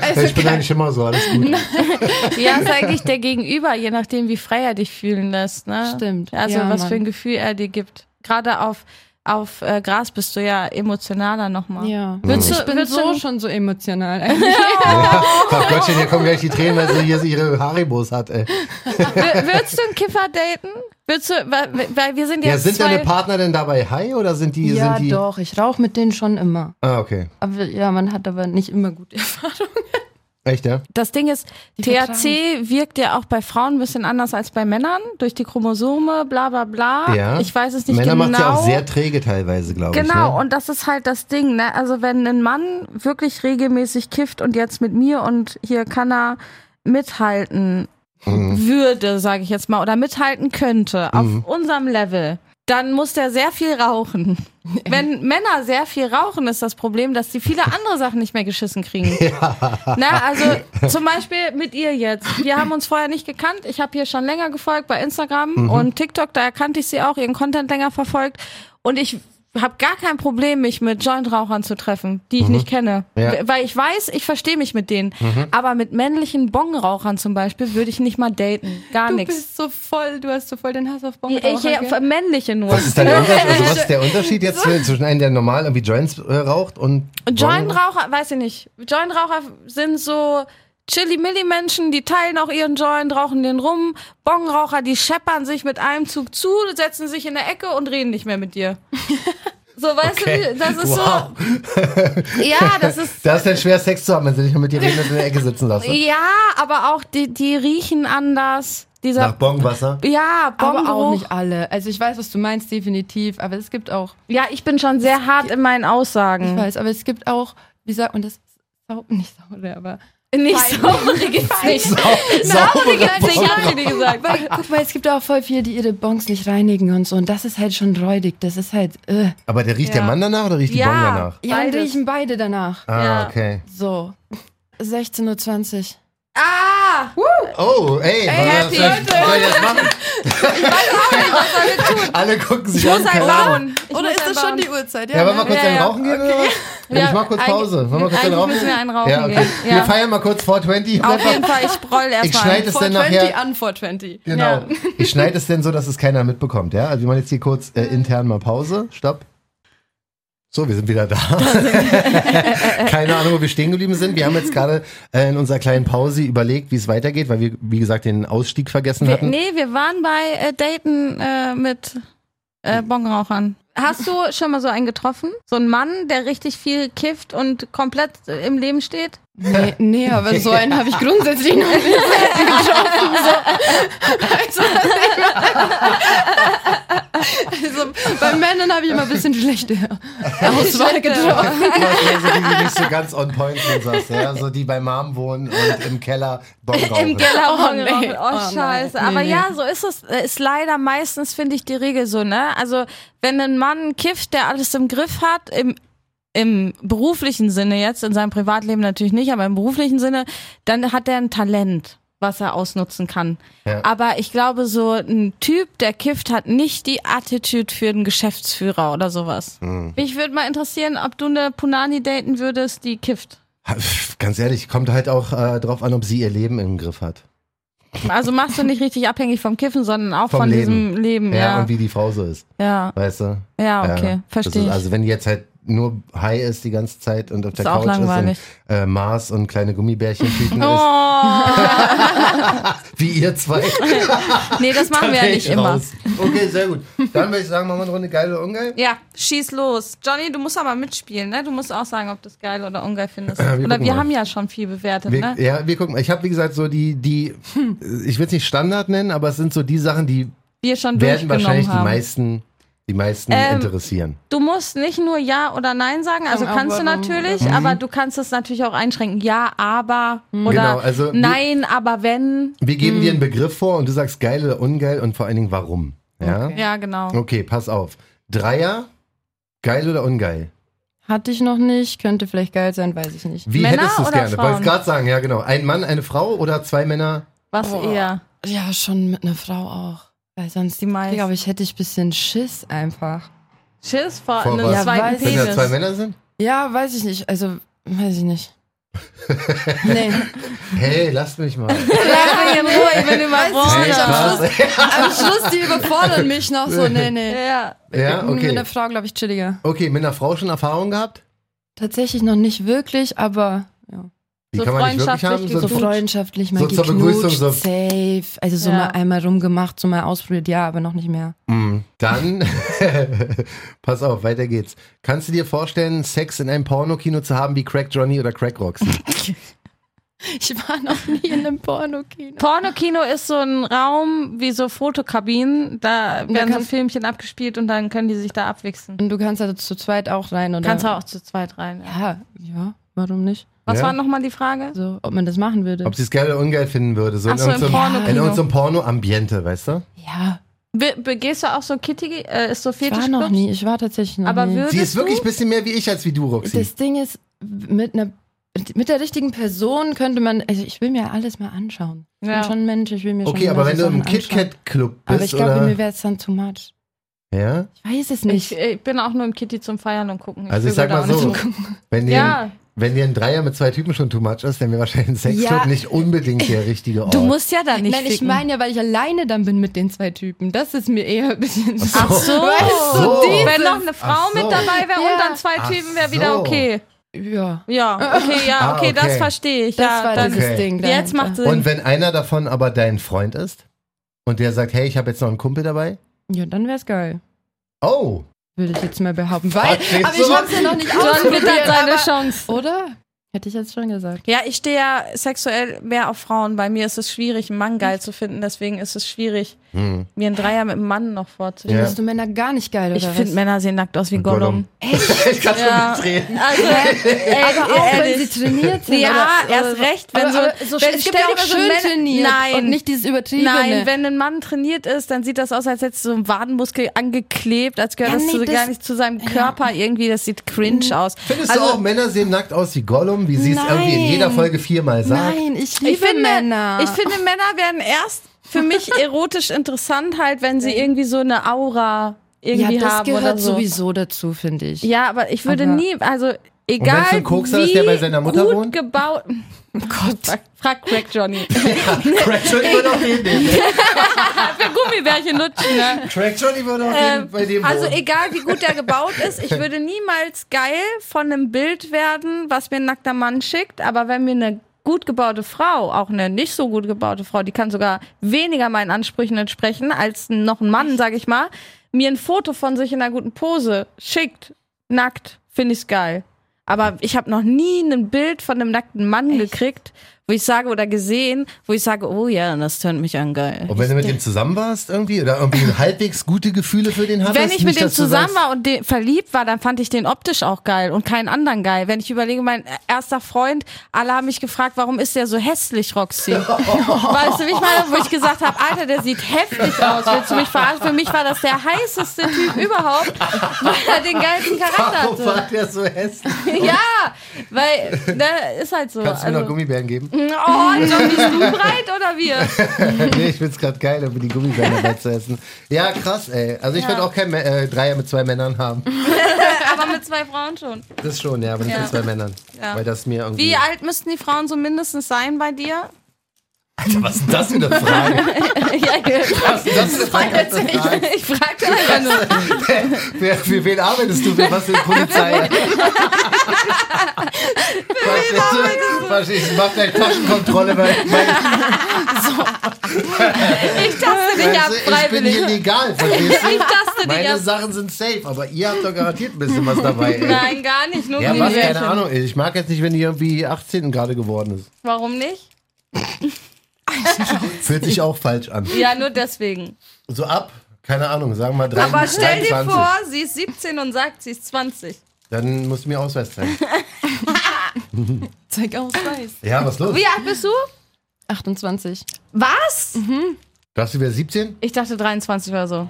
S4: Also
S3: ich bin eigentlich immer so, alles gut.
S4: Ja, ist eigentlich der Gegenüber, je nachdem, wie frei er dich fühlen lässt. Ne?
S6: Stimmt.
S4: Also
S6: Ja,
S4: was
S6: Mann.
S4: für ein Gefühl er dir gibt. Gerade auf auf äh, Gras bist du ja emotionaler nochmal.
S6: Ja.
S3: Hm.
S4: Würdest du,
S6: Ich bin
S4: würdest
S6: so
S4: du,
S6: schon so emotional eigentlich.
S3: Ach Gottchen, hier kommen gleich die Tränen, weil sie hier ihre Haribos hat, ey.
S4: wür- würdest du einen Kiffer daten? Würdest du, weil, weil wir sind
S3: Ja,
S4: jetzt
S3: sind
S4: zwei,
S3: deine Partner denn dabei high oder sind die,
S6: ja,
S3: sind die?
S6: doch, ich rauche mit denen schon immer.
S3: Ah, okay.
S6: Aber ja, man hat aber nicht immer gute Erfahrungen.
S3: Echt, ja?
S4: das Ding ist,
S6: Die
S4: THC wirkt ja auch bei Frauen ein bisschen anders als bei Männern, durch die Chromosome, bla bla bla.
S3: ja.
S4: Ah, Ich weiß es nicht
S3: Männer
S4: genau.
S3: macht's ja auch sehr träge teilweise, glaube ich.
S4: Genau,
S3: ne?
S4: und das ist halt das Ding, ne? Also wenn ein Mann wirklich regelmäßig kifft und jetzt mit mir und hier kann er mithalten
S3: Mhm.
S4: würde, sage ich jetzt mal, oder mithalten könnte auf unserem Level, dann muss der sehr viel rauchen. Wenn Männer sehr viel rauchen, ist das Problem, dass sie viele andere Sachen nicht mehr geschissen kriegen. Na, also zum Beispiel mit ihr jetzt. Wir haben uns vorher nicht gekannt. Ich habe hier schon länger gefolgt bei Instagram
S3: Mhm.
S4: und TikTok. Da erkannte ich sie auch, ihren Content länger verfolgt. Und ich habe gar kein Problem, mich mit Jointrauchern zu treffen, die ich nicht kenne.
S3: Mhm. Ja. Mhm.
S4: W- Weil ich weiß, ich verstehe mich mit denen. Aber mit männlichen Bongrauchern zum Beispiel würde ich nicht mal daten. Gar
S6: Du
S4: nichts.
S6: bist so voll, du hast so voll den Hass auf Bomben.
S4: Ich, ich, männliche nur.
S3: Was ist dann der Unterschied? Also, was ist der Unterschied jetzt zwischen einem, der normal irgendwie Joints äh, raucht und.
S4: Jointraucher, weiß ich nicht. Jointraucher sind so Chili-Milli-Menschen, die teilen auch ihren Joint, rauchen den rum. Bongraucher, die scheppern sich mit einem Zug zu, setzen sich in der Ecke und reden nicht mehr mit dir. So, weißt
S3: Okay.
S4: du, das ist
S3: wow.
S4: so. Ja, das ist.
S3: Da ist dann schwer, Sex zu haben, wenn sie dich mit dir reden und in der Ecke sitzen lassen.
S4: Ja, aber auch die, die riechen anders. Dieser.
S3: Nach Bongwasser.
S4: ja,
S6: aber auch
S4: Bongeruch.
S6: nicht alle. Also ich weiß, was du meinst, definitiv. Aber es gibt auch,
S4: Ja, ich bin schon sehr hart in meinen
S6: ich
S3: Mhm.
S4: Aussagen.
S6: weiß, aber es gibt auch, wie sagt, und das ist sau, nicht saure, aber
S4: Nicht saure gibt's nicht. Saure gibt's nicht, hab ich dir gesagt.
S6: Weil, guck mal, es gibt auch voll viele, die ihre Bonks nicht reinigen und so. Und das ist halt schon räudig. Das ist halt, äh.
S3: Aber der riecht der
S4: Ja.
S3: Mann danach oder riecht die
S4: Ja.
S3: Bong danach?
S6: Ja, dann
S4: Beides.
S6: riechen beide danach.
S3: Ah,
S4: Ja.
S3: okay.
S6: So. 16.20 Uhr.
S4: Ah!
S3: Oh, ey, was
S4: Happy.
S3: soll ich was soll ich jetzt machen? Alle gucken sich an.
S4: muss
S3: keine
S4: einen
S3: Ahnung.
S4: bauen. Ich muss einen bauen.
S6: Uhrzeit?
S3: Ja, wollen wir kurz
S4: Ja,
S3: einen
S4: ja.
S3: Rauchen gehen oder was?
S4: Ja,
S3: ich mach kurz
S4: eigentlich-
S3: Pause. Wollen wir kurz einen
S4: eigentlich
S3: Rauchen
S4: müssen wir einen rauchen
S3: ja, okay.
S4: gehen. Ja.
S3: Wir feiern mal kurz 420. und
S4: Auf
S3: einfach-
S4: jeden Fall, ich broll
S3: Ich
S4: erstmal.
S3: schneide es dann nachher.
S6: an 420.
S3: Genau.
S4: Ja.
S3: Ich schneide es denn so, dass es keiner mitbekommt, ja? Also wir machen jetzt hier kurz äh,
S4: Mhm.
S3: intern mal Pause. Stopp. So, wir sind wieder da. Keine Ahnung, wo wir stehen geblieben sind. Wir haben jetzt gerade äh, in unserer kleinen Pause überlegt, wie es weitergeht, weil wir, wie gesagt, den Ausstieg vergessen
S4: Wir,
S3: hatten.
S4: nee, wir waren bei äh, Daten äh, mit äh,
S3: Hm.
S4: Bongrauchern. Hast du schon mal so einen getroffen? So einen Mann, der richtig viel kifft und komplett äh, im Leben steht?
S6: Nee, nee, aber so einen habe ich grundsätzlich noch nicht selten getroffen. So. Also, also, bei Männern habe ich immer ein bisschen schlechte Auswahl getroffen.
S3: Also die, die nicht so ganz on point sind, sagst du, ja? So die bei Mom wohnen und im Keller Bon rauchen.
S4: Keller
S6: Oh,
S4: Bongrauchen.
S6: nee.
S4: Oh,
S6: Oh,
S4: scheiße.
S6: nein.
S4: Aber
S6: Nee,
S4: ja, so ist es. Äh, Ist leider meistens, finde ich, die Regel so, ne? Also, wenn ein Mann kifft, der alles im Griff hat, im, im beruflichen Sinne jetzt, in seinem Privatleben natürlich nicht, aber im beruflichen Sinne, dann hat er ein Talent, was er ausnutzen kann.
S3: Ja.
S4: Aber ich glaube, so ein Typ, der kifft, hat nicht die Attitude für einen Geschäftsführer oder sowas. Mich würde mal interessieren, ob du eine Punani daten würdest, die kifft.
S3: Ganz ehrlich, kommt halt auch äh, drauf an, ob sie ihr Leben im Griff hat.
S4: Also machst du nicht richtig abhängig vom Kiffen, sondern auch
S3: Vom
S4: von
S3: Leben.
S4: diesem Leben.
S3: Ja,
S4: Ja,
S3: und wie die Frau so ist,
S4: ja.
S3: weißt du?
S4: ja okay,
S3: Äh, Das
S4: verstehe
S3: ist,
S4: ich.
S3: also wenn die jetzt halt nur high ist die ganze Zeit und auf der
S4: Ist auch
S3: Couch
S4: langweilig.
S3: ist und äh, Mars und kleine Gummibärchentüten ist,
S4: oh,
S3: wie ihr zwei.
S4: nee, das machen wir ja nicht immer.
S3: Raus. Okay, sehr gut. Dann würde ich sagen, machen wir eine Runde geil oder ungeil.
S4: Ja, schieß los. Johnny, du musst aber mitspielen, ne? Du musst auch sagen, ob du es geil oder ungeil findest.
S3: wir
S4: oder
S3: gucken
S4: wir
S3: mal.
S4: haben ja schon viel bewertet,
S3: Wir,
S4: ne?
S3: ja, wir gucken. mal. Ich habe, wie gesagt, so die, die
S4: Hm.
S3: ich will es nicht Standard nennen, aber es sind so die Sachen, die
S4: Wir schon
S3: werden wahrscheinlich
S4: durchgenommen
S3: die
S4: haben.
S3: meisten, die meisten
S4: Ähm,
S3: interessieren.
S4: Du musst nicht nur Ja oder Nein sagen, also
S6: Kann
S4: kannst du
S6: aber-
S4: natürlich,
S3: Mhm.
S4: aber du kannst es natürlich auch einschränken. Ja, aber oder
S3: Genau, also wir-
S4: Nein, aber wenn.
S3: Wir geben dir einen Begriff vor und du sagst geil oder ungeil und vor allen Dingen warum. Ja? Okay,
S4: Ja, genau.
S3: pass auf. Dreier, geil oder ungeil?
S6: Hatte ich noch nicht, könnte vielleicht geil sein, weiß ich nicht.
S3: Wie
S4: Männer
S3: hättest du es
S4: oder
S3: gerne?
S4: Frauen?
S3: Wollte ich gerade sagen, ja genau. Ein Mann, eine Frau oder zwei Männer?
S4: Was eher?
S6: Ja, schon mit einer Frau auch. Weil sonst,
S4: Die meisten.
S6: glaube ich, hätte ich ein bisschen Schiss einfach.
S4: Schiss vor,
S3: Vor
S4: einem
S3: was?
S4: zweiten
S6: Weiß-
S3: Wenn da
S4: Penis.
S3: zwei Männer sind?
S6: Ja, weiß ich nicht. Also, weiß ich nicht. Nee.
S3: Hey, lasst mich mal.
S4: Lass mich in Ruhe, ich bin
S6: Weiß ich nicht,
S4: überfordert.
S6: am, Schluss, am Schluss, die überfordern mich noch so. Nee, nee.
S4: Ja.
S3: Ja,
S6: Mit
S3: okay.
S6: einer Frau, glaube ich, chilliger.
S3: Okay, mit einer Frau schon Erfahrung gehabt?
S6: Tatsächlich noch nicht wirklich, aber ja.
S3: Die
S4: So
S3: kann man nicht wirklich haben.
S4: freundschaftlich
S6: so
S3: So,
S4: gesucht.
S6: freundschaftlich mal
S3: So zur
S6: geknutscht,
S3: Begrüßung, so-
S6: safe. Also so
S4: Ja.
S6: mal einmal rumgemacht, so mal ausprobiert, ja, aber noch nicht mehr.
S3: Mm, dann, pass auf, weiter geht's. Kannst du dir vorstellen, Sex in einem Pornokino zu haben wie Crack Johnny oder Crack Roxy?
S6: Ich war noch nie in einem Pornokino.
S4: Pornokino ist so ein Raum wie so Fotokabinen. Da werden so
S6: kannst-
S4: Filmchen abgespielt und dann können die sich da abwichsen.
S6: Und du kannst also zu zweit auch rein, oder?
S4: Kannst du auch zu zweit rein. Ja.
S6: Ja, ja, warum nicht?
S4: Was
S3: Ja.
S4: war nochmal die Frage?
S6: So, ob man das machen würde.
S3: Ob sie es geil oder ungeil finden würde. So
S4: Ach so, im
S3: irgendeinem- in
S4: Pornokino.
S3: irgendeinem Porno-Ambiente, weißt du?
S6: ja,
S4: Be begehst du auch so Kitty, äh, ist so
S6: ich
S4: fetisch
S6: war noch nie, ich war tatsächlich noch
S4: Aber
S6: nie.
S4: würdest
S3: Sie ist wirklich ein
S4: du?
S3: bisschen mehr wie ich als wie du, Roxy.
S6: Das Ding ist, mit einer mit der richtigen Person könnte man, also ich will mir alles mal anschauen. Ich
S4: Ja.
S6: bin schon ein Mensch, ich will mir schon
S3: okay,
S6: mal
S3: aber
S6: so
S3: wenn du im
S6: Sachen anschauen.
S3: KitKat-Club
S6: Aber ich
S3: bist,
S6: glaube, mir
S3: oder?
S6: wäre es dann too much.
S3: Ja?
S6: Ich weiß es
S4: Ich, äh,
S6: nicht.
S4: ich bin auch nur im Kitty zum Feiern und gucken.
S3: Also ich
S4: will
S3: sag
S4: da
S3: mal
S4: auch nicht
S3: so,
S4: hingucken.
S3: wenn dir,
S4: Ja.
S3: wenn dir ein Dreier mit zwei Typen schon too much ist, dann wäre wahrscheinlich ein Sexclub
S6: Ja.
S3: nicht unbedingt der richtige Ort.
S4: Du musst ja da nicht
S6: Nein, ich
S4: ficken.
S6: meine ja, weil ich alleine dann bin mit den zwei Typen. Das ist mir eher ein bisschen
S4: Ach so.
S6: Weißt
S3: du, dieses-
S4: Wenn noch eine Frau
S3: Ach so.
S4: mit dabei wäre
S6: Ja.
S4: und dann zwei
S3: Ach
S4: Typen, wäre wieder
S3: so.
S4: okay.
S6: Ja,
S4: Ja, okay, ja,
S3: Ah,
S4: okay, das
S3: okay.
S4: verstehe ich.
S6: das
S4: ja,
S6: war
S4: dann
S6: dieses
S3: Okay.
S6: Ding.
S4: Jetzt macht Sinn.
S3: Und wenn einer davon aber dein Freund ist und der sagt, hey, ich habe jetzt noch einen Kumpel dabei.
S6: Äh, Ja, dann wär's geil.
S3: Oh,
S6: Würde ich jetzt mal behaupten. Weil,
S3: verstehst
S6: aber
S3: du?
S6: ich hab's ja noch nicht
S4: John
S6: ausprobiert.
S4: wird dann seine
S6: aber-
S4: Chance.
S6: Oder? Hätte ich jetzt schon gesagt.
S4: Ja, ich stehe ja sexuell mehr auf Frauen. Bei mir ist es schwierig, einen Mann geil zu finden. Deswegen ist es schwierig,
S3: Hm.
S4: mir einen Dreier mit einem Mann noch vorzustellen.
S3: Ja.
S6: Bist du Männer gar nicht geil, oder
S4: Ich finde, Männer sehen nackt aus wie Gollum.
S3: Gollum. ich kann schon
S4: Ja.
S3: mitreden.
S4: Also, ey,
S6: Aber auch wenn sie
S4: ehrlich.
S6: trainiert sind.
S4: Ja,
S6: oder,
S4: erst recht, wenn
S6: aber,
S4: so-
S6: aber so
S4: wenn- stell
S6: es gibt ja
S4: dir
S6: auch
S4: mal so
S6: schön
S4: Männer-
S6: trainiert
S4: Nein.
S6: und nicht dieses übertriebene.
S4: Nein, wenn ein Mann trainiert ist, dann sieht das aus, als hätte so ein Wadenmuskel angeklebt, als gehört
S6: Ja,
S4: das,
S6: nee,
S4: zu,
S6: das- Mhm.
S4: gar nicht zu seinem Körper irgendwie. Das sieht cringe aus.
S3: Findest
S4: also,
S3: du auch, Männer sehen nackt aus wie Gollum, wie sie es irgendwie in
S6: Nein.
S3: jeder Folge viermal sagt?
S6: Nein, ich liebe
S4: ich finde,
S6: Männer.
S4: ich finde, Männer werden erst für mich erotisch interessant halt, wenn sie irgendwie so eine Aura irgendwie
S6: ja, das
S4: haben
S6: gehört
S4: oder so.
S6: sowieso dazu, finde ich.
S4: Ja, aber ich würde
S6: Aber-
S4: nie, also
S3: Und
S4: egal
S3: wenn's ein Kokser
S4: wie
S3: ist, der bei seiner Mutter
S4: gut
S3: wohnt?
S4: gebaut. Oh Gott, frag Crack Johnny.
S3: Crack Johnny würde auf jeden nehmen.
S4: Für Gummibärchen lutschen, ne?
S3: Crack Johnny würde auf jeden
S4: Ähm,
S3: bei dem
S4: also
S3: wohnen.
S4: egal wie gut der gebaut ist, ich würde niemals geil von einem Bild werden, was mir ein nackter Mann schickt, aber wenn mir eine gut gebaute Frau, auch eine nicht so gut gebaute Frau, die kann sogar weniger meinen Ansprüchen entsprechen als noch ein Mann, sag ich mal, mir ein Foto von sich in einer guten Pose schickt, nackt, finde ich's geil. Aber ich habe noch nie ein Bild von einem nackten Mann gekriegt, wo ich sage oder gesehen, wo ich sage, oh ja, das tönt mich an geil.
S3: Und wenn du mit dem zusammen warst irgendwie oder irgendwie halbwegs gute Gefühle für den hattest?
S4: Wenn ich mit
S3: nicht,
S4: dem
S3: dass du
S4: zusammen
S3: sagst,
S4: war und de- verliebt war, dann fand ich den optisch auch geil und keinen anderen geil. Wenn ich überlege, mein erster Freund, alle haben mich gefragt, warum ist der so hässlich, Roxy? weißt du, wie ich meine, wo ich gesagt habe, Alter, der sieht heftig aus. Willst du mich verarschen? Für mich war das der heißeste Typ überhaupt, weil er den geilsten Charakter
S3: Warum
S4: hatte.
S3: war der so hässlich?
S4: Ja, weil, ne, ist halt so.
S3: Kannst du mir noch
S4: Also,
S3: Gummibären geben?
S4: oh, John, bist du breit oder wir?
S3: nee, ich find's grad geil, irgendwie die Gummibären dabei zu essen. Ja, krass, ey. Also ich
S4: Ja.
S3: würd auch kein Mä- äh, Dreier mit zwei Männern haben.
S4: Aber mit zwei Frauen schon.
S3: Das schon, ja, aber nicht
S4: Ja.
S3: mit zwei Männern.
S4: Ja.
S3: Weil das mir irgendwie...
S4: Wie alt müssten die Frauen so mindestens sein bei dir?
S3: Alter, was ist das für eine Frage?
S4: ja,
S3: Was ist das für eine
S4: Ich, ich fragte einfach nur.
S3: Frage? Wer, für wen arbeitest du? Für was für eine Polizei? Verstehe ich, ich mach gleich Taschenkontrolle, weil weil-
S4: Ich taste dich
S3: weißt
S4: ab,
S3: du, ich bin
S4: freiwillig.
S3: hier legal, verstehst
S4: Ich
S3: du?
S4: taste dich
S3: Meine
S4: ab.
S3: Sachen sind safe, aber ihr habt doch garantiert ein bisschen was dabei. Ey.
S4: Nein, gar nicht. Nur
S3: Ja, was? Keine
S4: Gummibärchen.
S3: Ahnung. ey. Ich mag jetzt nicht, wenn die irgendwie 18 gerade geworden ist.
S4: Warum nicht?
S3: Fühlt sich auch falsch an.
S4: Ja, nur deswegen.
S3: So ab, keine Ahnung, sagen wir 23.
S4: Aber stell dir vor, sie ist 17 und sagt, sie ist 20.
S3: Dann musst du mir Ausweis zeigen.
S6: Zeig Ausweis.
S3: Ja, was los?
S4: Wie alt bist du?
S6: 28.
S4: Was?
S3: Darfst du wieder 17?
S4: Ich dachte 23 oder so.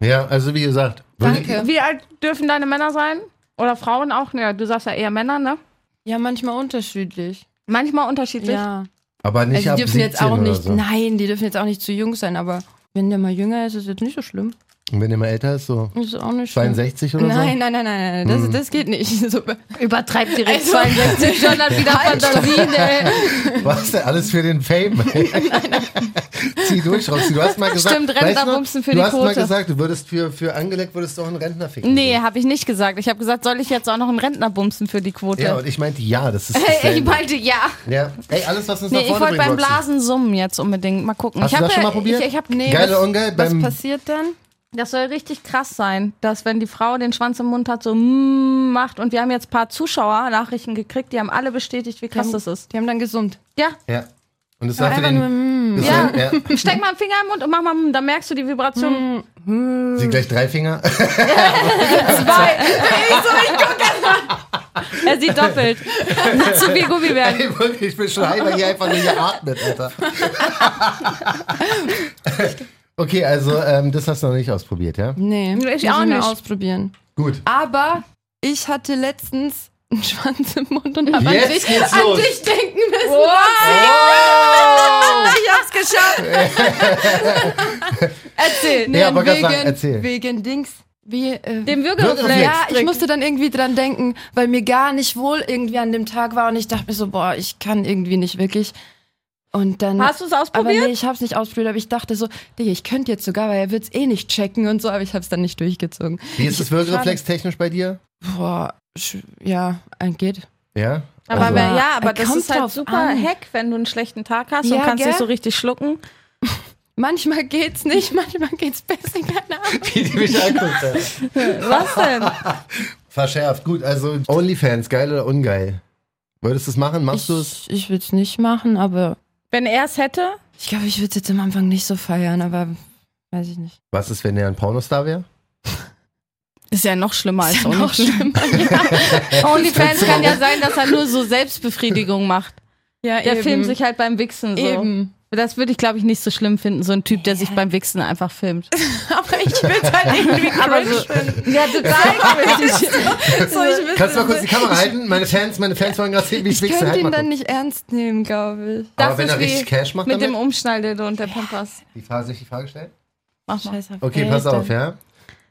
S3: Ja, also wie gesagt. würde ich-
S6: Danke.
S4: Wie alt dürfen deine Männer sein? Oder Frauen auch? Ja, du sagst ja eher Männer, ne?
S6: Ja, manchmal unterschiedlich.
S4: Manchmal unterschiedlich.
S6: Ja.
S3: Aber nicht
S6: Also
S3: ab
S6: die dürfen
S3: 17
S6: jetzt auch
S3: oder
S6: nicht,
S3: so.
S6: nein, die dürfen jetzt auch nicht zu jung sein, aber wenn der mal jünger ist, ist jetzt nicht so schlimm.
S3: Und wenn er mal älter ist, so
S6: Ist auch nicht schlimm.
S3: 62 oder Hm.
S6: Nein, nein, nein, nein, nein, das, das geht nicht. So, Also,
S4: Übertreibt direkt 62 schon dann wieder ne? Fantasien, ey.
S3: so? Was denn alles für den Fame? Zieh durch, Roxy. Du hast mal gesagt,
S4: Stimmt,
S3: weißt
S4: Rentner
S3: du noch,
S4: bumsen für
S3: du
S4: die
S3: hast mal
S4: Quote.
S3: gesagt, du würdest für, für angelegt, würdest du auch einen Rentner ficken.
S4: Nee, habe ich nicht gesagt. Ich habe gesagt, soll ich jetzt auch noch einen Rentner bumsen für die Quote?
S3: Ja, und ich meinte ja, das ist dasselbe.
S4: ich meinte ja.
S3: ja. Ey, alles, was uns
S4: Nee,
S3: nach
S4: ich
S3: vorne
S4: wollte
S3: bringt,
S4: beim
S3: Roxy.
S4: Blasen summen jetzt unbedingt. Mal gucken.
S3: Hast
S4: ich
S3: du
S4: hab
S3: das schon
S4: ja-
S3: mal probiert?
S4: Ich, ich hab, nee,
S3: Geil oder
S4: das,
S3: ungeil?
S6: was
S3: Beim,
S6: passiert dann?
S4: das soll richtig krass sein, dass wenn die Frau den Schwanz im Mund hat, so mm, macht. Und wir haben jetzt ein paar Zuschauernachrichten gekriegt, die haben alle bestätigt, wie krass das ist.
S6: Die haben dann gesummt.
S4: Ja,
S3: ja. Und das sagte den,
S6: einfach
S3: das
S4: mm. Ja.
S3: sagt- ja.
S4: steck mal einen Finger im Mund und mach mal, mm, dann merkst du die Vibration.
S3: Sie gleich drei Finger.
S4: Zwei. ich so, ich gucke. Er sieht doppelt. Zu viel Gummibären.
S3: Ey, wirklich, ich bin schon halber hier einfach nur geatmet, Alter. okay, also ähm, das hast du noch nicht ausprobiert, ja?
S6: Nee,
S4: Ich
S6: muss
S4: auch
S6: mal
S4: nicht.
S6: ausprobieren.
S3: Gut.
S6: Aber ich hatte letztens einen Schwanz im Mund und habe an,
S3: Jetzt
S6: dich,
S3: geht's
S6: an
S3: los.
S6: dich denken müssen.
S3: Oh!
S6: Ich hab's geschafft. erzähl.
S3: Ja, aber ganz lang, erzähl.
S6: wegen Dings. Wie, äh,
S4: Dem
S3: Würgeflex.
S4: Würgereflex.
S6: ja, ich musste dann irgendwie dran denken, weil mir gar nicht wohl irgendwie an dem Tag war und ich dachte mir so, boah, ich kann irgendwie nicht wirklich. Und dann.
S4: Hast du es
S6: aber
S4: ausprobiert?
S6: nee, ich hab's nicht ausprobiert, aber ich dachte so, Digga, ich könnte jetzt sogar, weil er wird's eh nicht checken und so, aber ich hab's dann nicht durchgezogen.
S3: Wie ist das Würgereflex technisch bei dir?
S6: Boah, sch- ja, äh, geht.
S3: Ja?
S4: Aber
S3: also,
S4: wenn, ja, aber das
S6: Kommt
S4: ist halt
S6: drauf
S4: super
S6: an.
S4: Hack, wenn du einen schlechten Tag hast und
S6: Ja,
S4: kannst
S6: gell?
S4: nicht so richtig schlucken.
S6: Manchmal geht's nicht, manchmal geht's besser, keine Ahnung.
S3: wie die mich anguckt. ja.
S4: Was denn?
S3: Verschärft. Gut, also Onlyfans, geil oder ungeil? Würdest du es machen? Machst du es?
S6: Ich, ich will's nicht machen, aber
S4: Wenn er es hätte,
S6: ich glaube, ich würde es jetzt am Anfang nicht so feiern, aber weiß ich nicht.
S3: Was ist, wenn er ein Pornostar wäre?
S4: ist ja noch schlimmer als
S6: Noch
S4: Onlyfans.
S6: schlimmer.
S4: Onlyfans kann ja sein, dass er nur so Selbstbefriedigung macht.
S6: ja,
S4: Der filmt sich halt beim Wichsen so.
S6: Eben.
S4: Das würde ich, glaube ich, nicht so schlimm finden, so ein Typ, der sich beim Wichsen einfach filmt.
S6: Aber ich will es halt irgendwie
S4: Aber so, ja, total cringe.
S6: so, ich will
S3: Kannst du mal kurz die Kamera halten? Meine Fans, meine Fans wollen gerade sehen, wie ich,
S6: Ich
S3: wichse.
S6: könnte
S3: Halt mal
S6: ihn dann
S3: gucken.
S6: nicht ernst nehmen, glaube ich.
S3: Aber
S4: Das
S3: wenn
S4: ist
S3: er richtig
S4: wie
S3: Cash macht
S4: Mit dem
S3: damit?
S4: Umschnalldildo und der Pampas.
S3: Die Frage, soll ich die Frage stellen?
S4: Mach mal.
S6: Scheiße.
S3: Okay, pass auf, ja?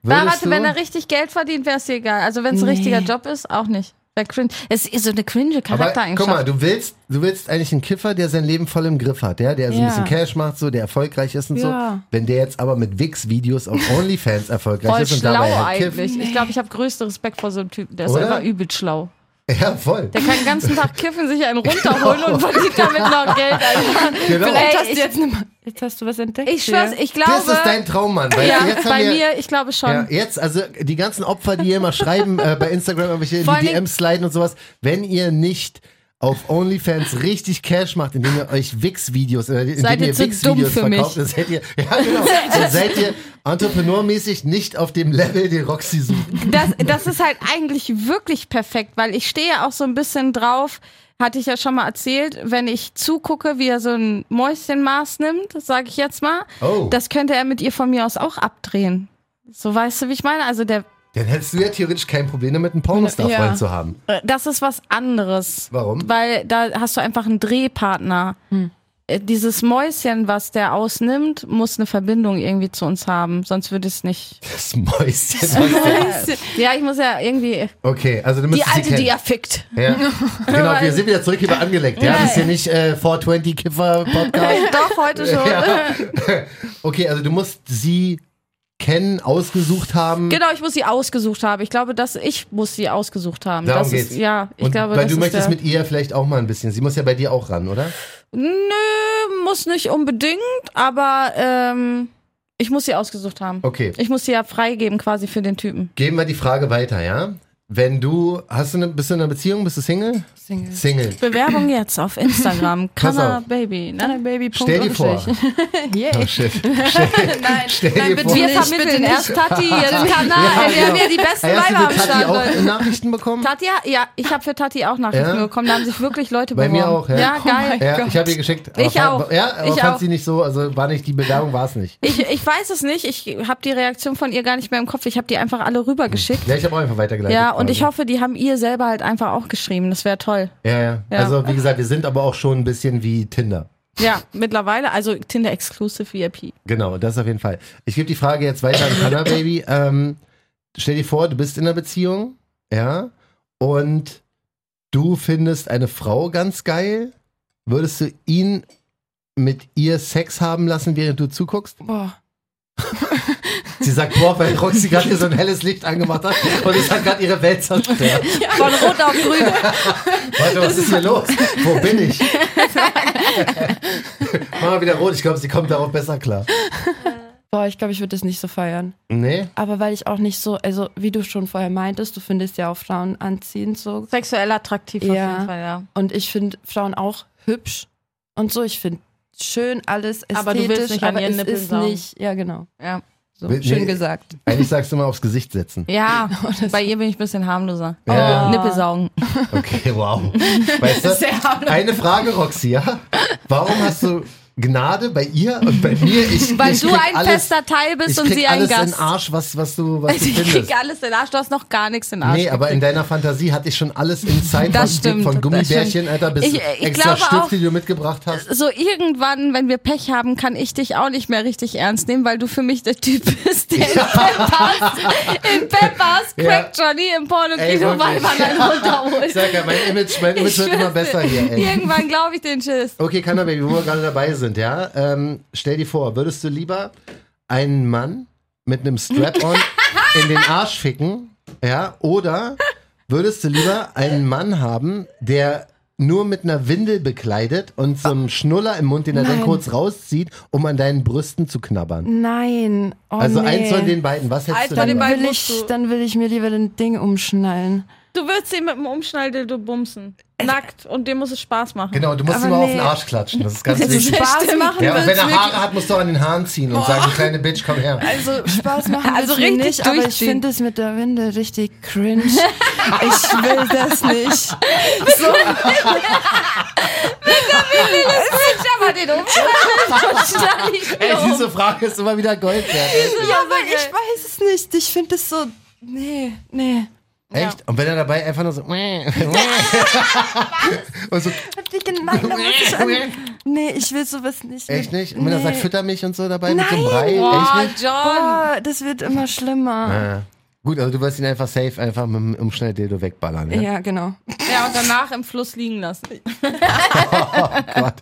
S4: Da,
S3: Würdest
S4: warte, wenn
S3: du-
S4: er richtig Geld verdient, wäre es dir egal. Also wenn es ein
S6: Nee.
S4: richtiger Job ist, auch nicht. Wär cringe. Es ist so eine cringe
S3: Aber
S4: Charaktereigenschaft.
S3: guck mal, du willst, du willst eigentlich einen Kiffer, der sein Leben voll im Griff hat, ja? der so
S6: Ja.
S3: ein bisschen Cash macht, so, der erfolgreich ist und so.
S6: Ja.
S3: Wenn der jetzt aber mit Wix-Videos auf OnlyFans erfolgreich
S4: Voll
S3: ist und
S4: schlau
S3: dabei halt kifft.
S4: eigentlich. Ich glaube, ich habe größten Respekt vor so einem Typen. Der ist
S3: Oder?
S4: einfach übel schlau.
S3: Ja, voll.
S4: Der kann den ganzen Tag kiffen, sich einen runterholen und verdient damit noch Geld. Alter.
S3: Genau.
S6: Vielleicht
S4: Ey,
S6: hast du
S4: ich-
S6: jetzt, eine, jetzt hast du was entdeckt.
S4: Ich schwör's,
S6: hier.
S4: ich glaube.
S3: Das ist dein Traummann. Weil
S4: ja,
S3: jetzt haben
S4: bei
S3: wir,
S4: mir, ich glaube schon.
S3: Ja, jetzt, also die ganzen Opfer, die hier immer schreiben äh, bei Instagram, irgendwelche in
S4: Vor
S3: die
S4: allen Dingen-
S3: DMs sliden und sowas, wenn ihr nicht auf OnlyFans richtig Cash macht, indem ihr euch Wix-Videos, äh, indem
S4: Seid ihr
S3: ihr
S4: zu dumm
S3: Wix-Videos
S4: für
S3: verkauft,
S4: mich.
S3: dann seid ihr, ja genau, dann seid ihr entrepreneurmäßig nicht auf dem Level, den Roxy sucht.
S4: das, das ist halt eigentlich wirklich perfekt, weil ich stehe auch so ein bisschen drauf, hatte ich ja schon mal erzählt, wenn ich zugucke, wie er so ein Mäuschenmaß nimmt, sage ich jetzt mal,
S3: Oh.
S4: das könnte er mit ihr von mir aus auch abdrehen. So weißt du, wie ich meine? Also der,
S3: Dann hättest du ja theoretisch kein Problem damit, einen Pornostar-Freund
S6: Ja.
S3: zu haben.
S4: äh, das ist was anderes.
S3: Warum?
S4: Weil da hast du einfach einen Drehpartner. Äh, Dieses Mäuschen, was der ausnimmt, muss eine Verbindung irgendwie zu uns haben, sonst würde es nicht. Äh,
S3: Das Mäuschen. was der-
S4: Ja, ich muss ja irgendwie. äh,
S3: Okay, also du
S4: Die
S3: müsstest
S4: alte,
S3: sie
S4: die
S3: kennen.
S4: er fickt.
S3: ja. Genau, wir sind wieder zurück über angeleckt. Ja, das ist ja nicht äh, 420 Kiffer Podcast.
S4: Doch, heute schon.
S3: Ja. Okay, also du musst sie kennen, ausgesucht haben.
S4: Genau, ich muss sie ausgesucht haben. Ich glaube, dass ich muss sie ausgesucht haben.
S3: Darum
S4: das
S3: geht's.
S4: Ist, ja, ich
S3: Und
S4: glaube,
S3: weil
S4: das
S3: du
S4: ist
S3: möchtest
S4: der,
S3: mit ihr vielleicht auch mal ein bisschen. Sie muss ja bei dir auch ran, oder?
S4: Nö, muss nicht unbedingt, aber ähm, ich muss sie ausgesucht haben.
S3: Okay.
S4: Ich muss sie ja freigeben quasi für den Typen.
S3: Geben wir die Frage weiter, ja? Wenn du, hast du eine, bist du in einer Beziehung, bist du Single?
S6: Single.
S3: Single.
S4: Bewerbung jetzt auf Instagram.
S3: Pass
S4: Kanna
S3: auf.
S4: Baby. Ne?
S6: Baby.
S3: Stell dir vor. Oh, shit.
S6: Nein,
S3: dir
S6: nein, bitte
S3: vor.
S4: Wir
S6: nicht, bitte
S4: vermitteln
S6: nicht.
S4: erst Tati, jetzt Kanna.
S3: Ja,
S4: Wir haben
S3: genau.
S4: hier die besten
S3: Ey, Hast du
S4: Weiber am
S3: für Kathi
S4: Start,
S3: auch
S4: Leute.
S3: Nachrichten bekommen?
S4: Tati, ja, ja, ich habe für Tati auch Nachrichten
S3: Ja?
S4: bekommen. Da haben sich wirklich Leute
S3: Bei
S4: beworben.
S3: mir auch, ja. Oh
S4: Ja, geil.
S3: Ja, ich habe ihr geschickt. aber
S4: oh Ich
S3: fand-
S4: auch.
S3: Ja, aber
S4: Ich
S3: fand
S4: auch.
S3: sie nicht so, also war nicht, die Bewerbung war es nicht.
S4: Ich, ich weiß es nicht. Ich habe die Reaktion von ihr gar nicht mehr im Kopf. Ich habe die einfach alle rübergeschickt.
S3: Ja, ich habe auch einfach weitergeleitet.
S4: Ja, und
S3: quasi.
S4: ich hoffe, die haben ihr selber halt einfach auch geschrieben. Das wäre toll.
S3: Ja, ja,
S4: Ja.
S3: Also, wie gesagt, wir sind aber auch schon ein bisschen wie Tinder.
S4: Ja, mittlerweile, also Tinder Exclusive VIP.
S3: Genau, das auf jeden Fall. Ich gebe die Frage jetzt weiter an Hannah, Baby. Ähm, stell dir vor, du bist in einer Beziehung, ja, und du findest eine Frau ganz geil. Würdest du ihn mit ihr Sex haben lassen, während du zuguckst?
S6: Boah.
S3: Sie sagt, boah, weil Roxy gerade hier so ein helles Licht angemacht hat und es hat gerade ihre Welt zerstört.
S4: Von rot auf grün.
S3: Warte, was ist hier los? Wo bin ich? Mach mal wieder rot, ich glaube, sie kommt darauf besser klar.
S6: Boah, ich glaube, ich würde das nicht so feiern.
S3: Nee?
S6: Aber weil ich auch nicht so, also wie du schon vorher meintest, du findest ja auch Frauen anziehend so.
S4: Sexuell attraktiv auf
S6: Ja.
S4: jeden Fall, ja.
S6: Und ich finde Frauen auch hübsch und so. Ich finde schön alles ästhetisch.
S4: Aber du willst nicht an
S6: aber
S4: ihren
S6: es
S4: Nippeln
S6: ist
S4: saugen.
S6: nicht, ja genau.
S4: Ja,
S6: So,
S3: Will-
S6: schön
S3: nee.
S6: gesagt.
S3: Eigentlich sagst du mal aufs Gesicht setzen.
S4: ja bei ihr bin ich ein bisschen harmloser.
S3: Ja.
S4: Nippelsaugen.
S3: Okay, wow. Weißt du,
S4: Sehr harmlos.
S3: eine Frage, Roxy, ja? Warum hast du Gnade bei ihr und bei mir? Ich,
S4: Weil
S3: ich
S4: du
S3: krieg
S4: ein
S3: alles,
S4: fester Teil bist
S3: ich
S4: und
S3: krieg
S4: sie ein
S3: alles in den
S4: Gast.
S3: Arsch, was, was du, was du
S4: ich
S3: findest.
S4: krieg alles in den Arsch, du hast noch gar nichts in den Arsch.
S3: Nee, aber in deiner Fantasie hatte ich schon alles in Zeit
S4: Das
S3: von,
S4: stimmt,
S3: von
S4: das
S3: Gummibärchen,
S4: stimmt.
S3: Alter, bis
S4: Ich- ich
S3: extra
S4: glaube
S3: Stifte,
S4: auch-
S3: die du mitgebracht hast.
S4: so irgendwann, wenn wir Pech haben, kann ich dich auch nicht mehr richtig ernst nehmen, weil du für mich der Typ bist, der in Peppers, in Peppers, Crack Johnny im
S3: Ey,
S4: Porno-Kino
S3: wirklich.
S4: Weibern runterholt.
S3: Sag ja, mein Image, mein Image
S4: Ich
S3: wird immer
S4: schwör's
S3: besser
S4: dir.
S3: hier, ey.
S4: Irgendwann glaube ich den Schiss.
S3: Okay, Kanna Baby, wo wir gerade dabei sind, ja? Ähm, stell dir vor, würdest du lieber einen Mann mit einem Strap-on in den Arsch ficken, ja? Oder würdest du lieber einen Mann haben, der nur mit einer Windel bekleidet und so einem Schnuller im Mund, den er dann
S6: Nein.
S3: kurz rauszieht, um an deinen Brüsten zu knabbern?
S6: Nein. Oh,
S3: Also
S6: nee.
S3: eins von den beiden, was hättest
S4: Eins
S3: du
S4: von den
S3: lieber?
S4: beiden
S6: Will
S4: musst
S6: ich,
S4: du.
S6: dann will ich mir lieber den Ding umschnallen.
S4: Du wirst ihn mit dem Umschnalldildo bumsen. Nackt. Und dem muss es Spaß machen.
S3: Genau, du musst
S6: Aber
S3: immer auf
S6: nee.
S3: den Arsch klatschen, das ist ganz
S6: Also
S3: wichtig.
S6: Spaß machen
S3: Ja, und wenn
S6: wird's
S3: er
S6: wirklich.
S3: Haare hat, musst du auch an den Haaren ziehen und sagen, kleine Bitch, komm her.
S6: Also Spaß machen
S4: Also
S6: also richtig
S4: richtig
S6: nicht, aber ich
S4: durchziehen.
S6: finde es mit der Winde richtig cringe. Ich will das nicht.
S4: Ich aber den Umschnalldildo
S3: Ey, diese Frage ist immer wieder Gold wert. ey.
S6: Ja, aber ich weiß es nicht. Ich finde es so. Nee, nee.
S3: Echt? Und wenn er dabei einfach nur so. und so
S6: Wie gemein, da muss ich an. Nee, ich will sowas nicht.
S3: echt nicht? Und wenn er sagt, fütter mich und so dabei mit dem
S6: Nein.
S3: Brei.
S4: Oh,
S3: Echt nicht?
S4: John.
S6: Boah, Oh, das wird immer schlimmer.
S3: Ah. Gut, also du wirst ihn einfach safe, einfach mit dem um Umschnelldildo wegballern. Ja?
S6: Ja, genau.
S4: Ja, und danach im Fluss liegen lassen.
S3: Oh Gott.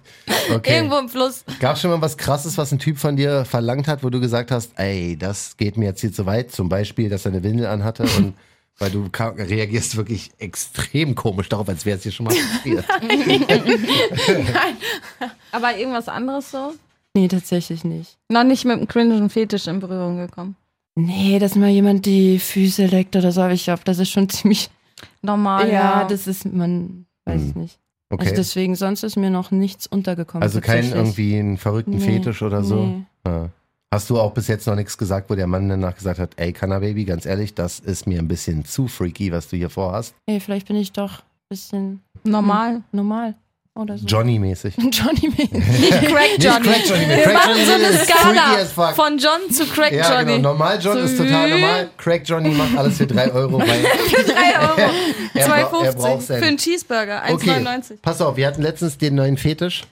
S3: Okay.
S4: Irgendwo im Fluss.
S3: Gab schon mal was Krasses, was ein Typ von dir verlangt hat, wo du gesagt hast, ey, das geht mir jetzt hier zu weit. Zum Beispiel, dass er eine Windel anhatte und weil du ka- reagierst wirklich extrem komisch darauf, als wäre es hier schon mal passiert.
S6: Also
S4: Aber irgendwas anderes so?
S6: Nee, tatsächlich nicht.
S4: Noch nicht mit einem cringen Fetisch in Berührung gekommen.
S6: Nee, dass mal jemand die Füße leckt oder so, aber ich glaube, das ist schon ziemlich.
S4: Normal.
S6: Ah, ja, das ist, man weiß
S3: Hm.
S6: nicht. Also
S3: Okay.
S6: deswegen, sonst ist mir noch nichts untergekommen.
S3: Also keinen
S6: tatsächlich.
S3: irgendwie einen verrückten
S6: Nee,
S3: Fetisch oder so.
S6: nee.
S3: Ja. Hast du auch bis jetzt noch nichts gesagt, wo der Mann danach gesagt hat, ey, Kanna Baby, ganz ehrlich, das ist mir ein bisschen zu freaky, was du hier vorhast.
S6: Ey, vielleicht bin ich doch ein bisschen
S4: Normal.
S6: normal oder so.
S3: Johnny-mäßig.
S6: Johnny mäßig
S4: Nicht Crack Johnny.
S3: Crack Johnny,
S4: Wir
S3: Crack
S4: machen
S3: Johnny
S4: so eine
S3: ist freaky as
S4: Skala
S3: fuck.
S4: von John zu Crack
S3: Ja,
S4: Johnny.
S3: genau. Normal John
S4: So
S3: ist total
S4: wie-
S3: normal. Crack Johnny macht alles für 3 Euro. Weil
S4: Drei Euro.
S3: er, bra er braucht
S4: 2,50 für
S3: seinen.
S4: einen Cheeseburger. 1,99.
S3: Okay, pass auf, wir hatten letztens den neuen Fetisch.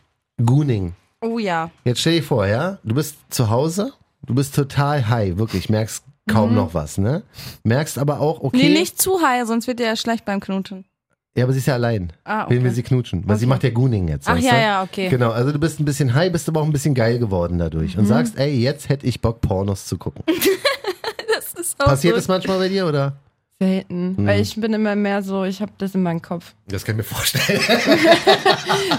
S3: Gooning.
S4: Oh ja.
S3: Jetzt stell dir vor, ja, du bist zu Hause, du bist total high, wirklich, merkst kaum noch was, ne? Merkst aber auch, okay.
S4: Mhm. Nee, nicht zu high, sonst wird dir ja schlecht beim Knutschen.
S3: Ja, aber sie ist ja allein.
S4: Ah, okay.
S3: Wen will sie knutschen? Weil sie macht ja Gooning jetzt.
S4: Ach
S3: weißt
S4: ja,
S3: du?
S4: ja, okay. Mhm.
S3: Genau, also du bist ein bisschen high, bist aber auch ein bisschen geil geworden dadurch und sagst, ey, jetzt hätte ich Bock, Pornos zu gucken.
S4: Das ist auch
S3: Passiert
S4: gut.
S3: das manchmal bei dir oder?
S6: Selten.
S3: Hm.
S6: Weil ich bin immer mehr so, ich habe das in meinem Kopf.
S3: Das kann ich mir vorstellen.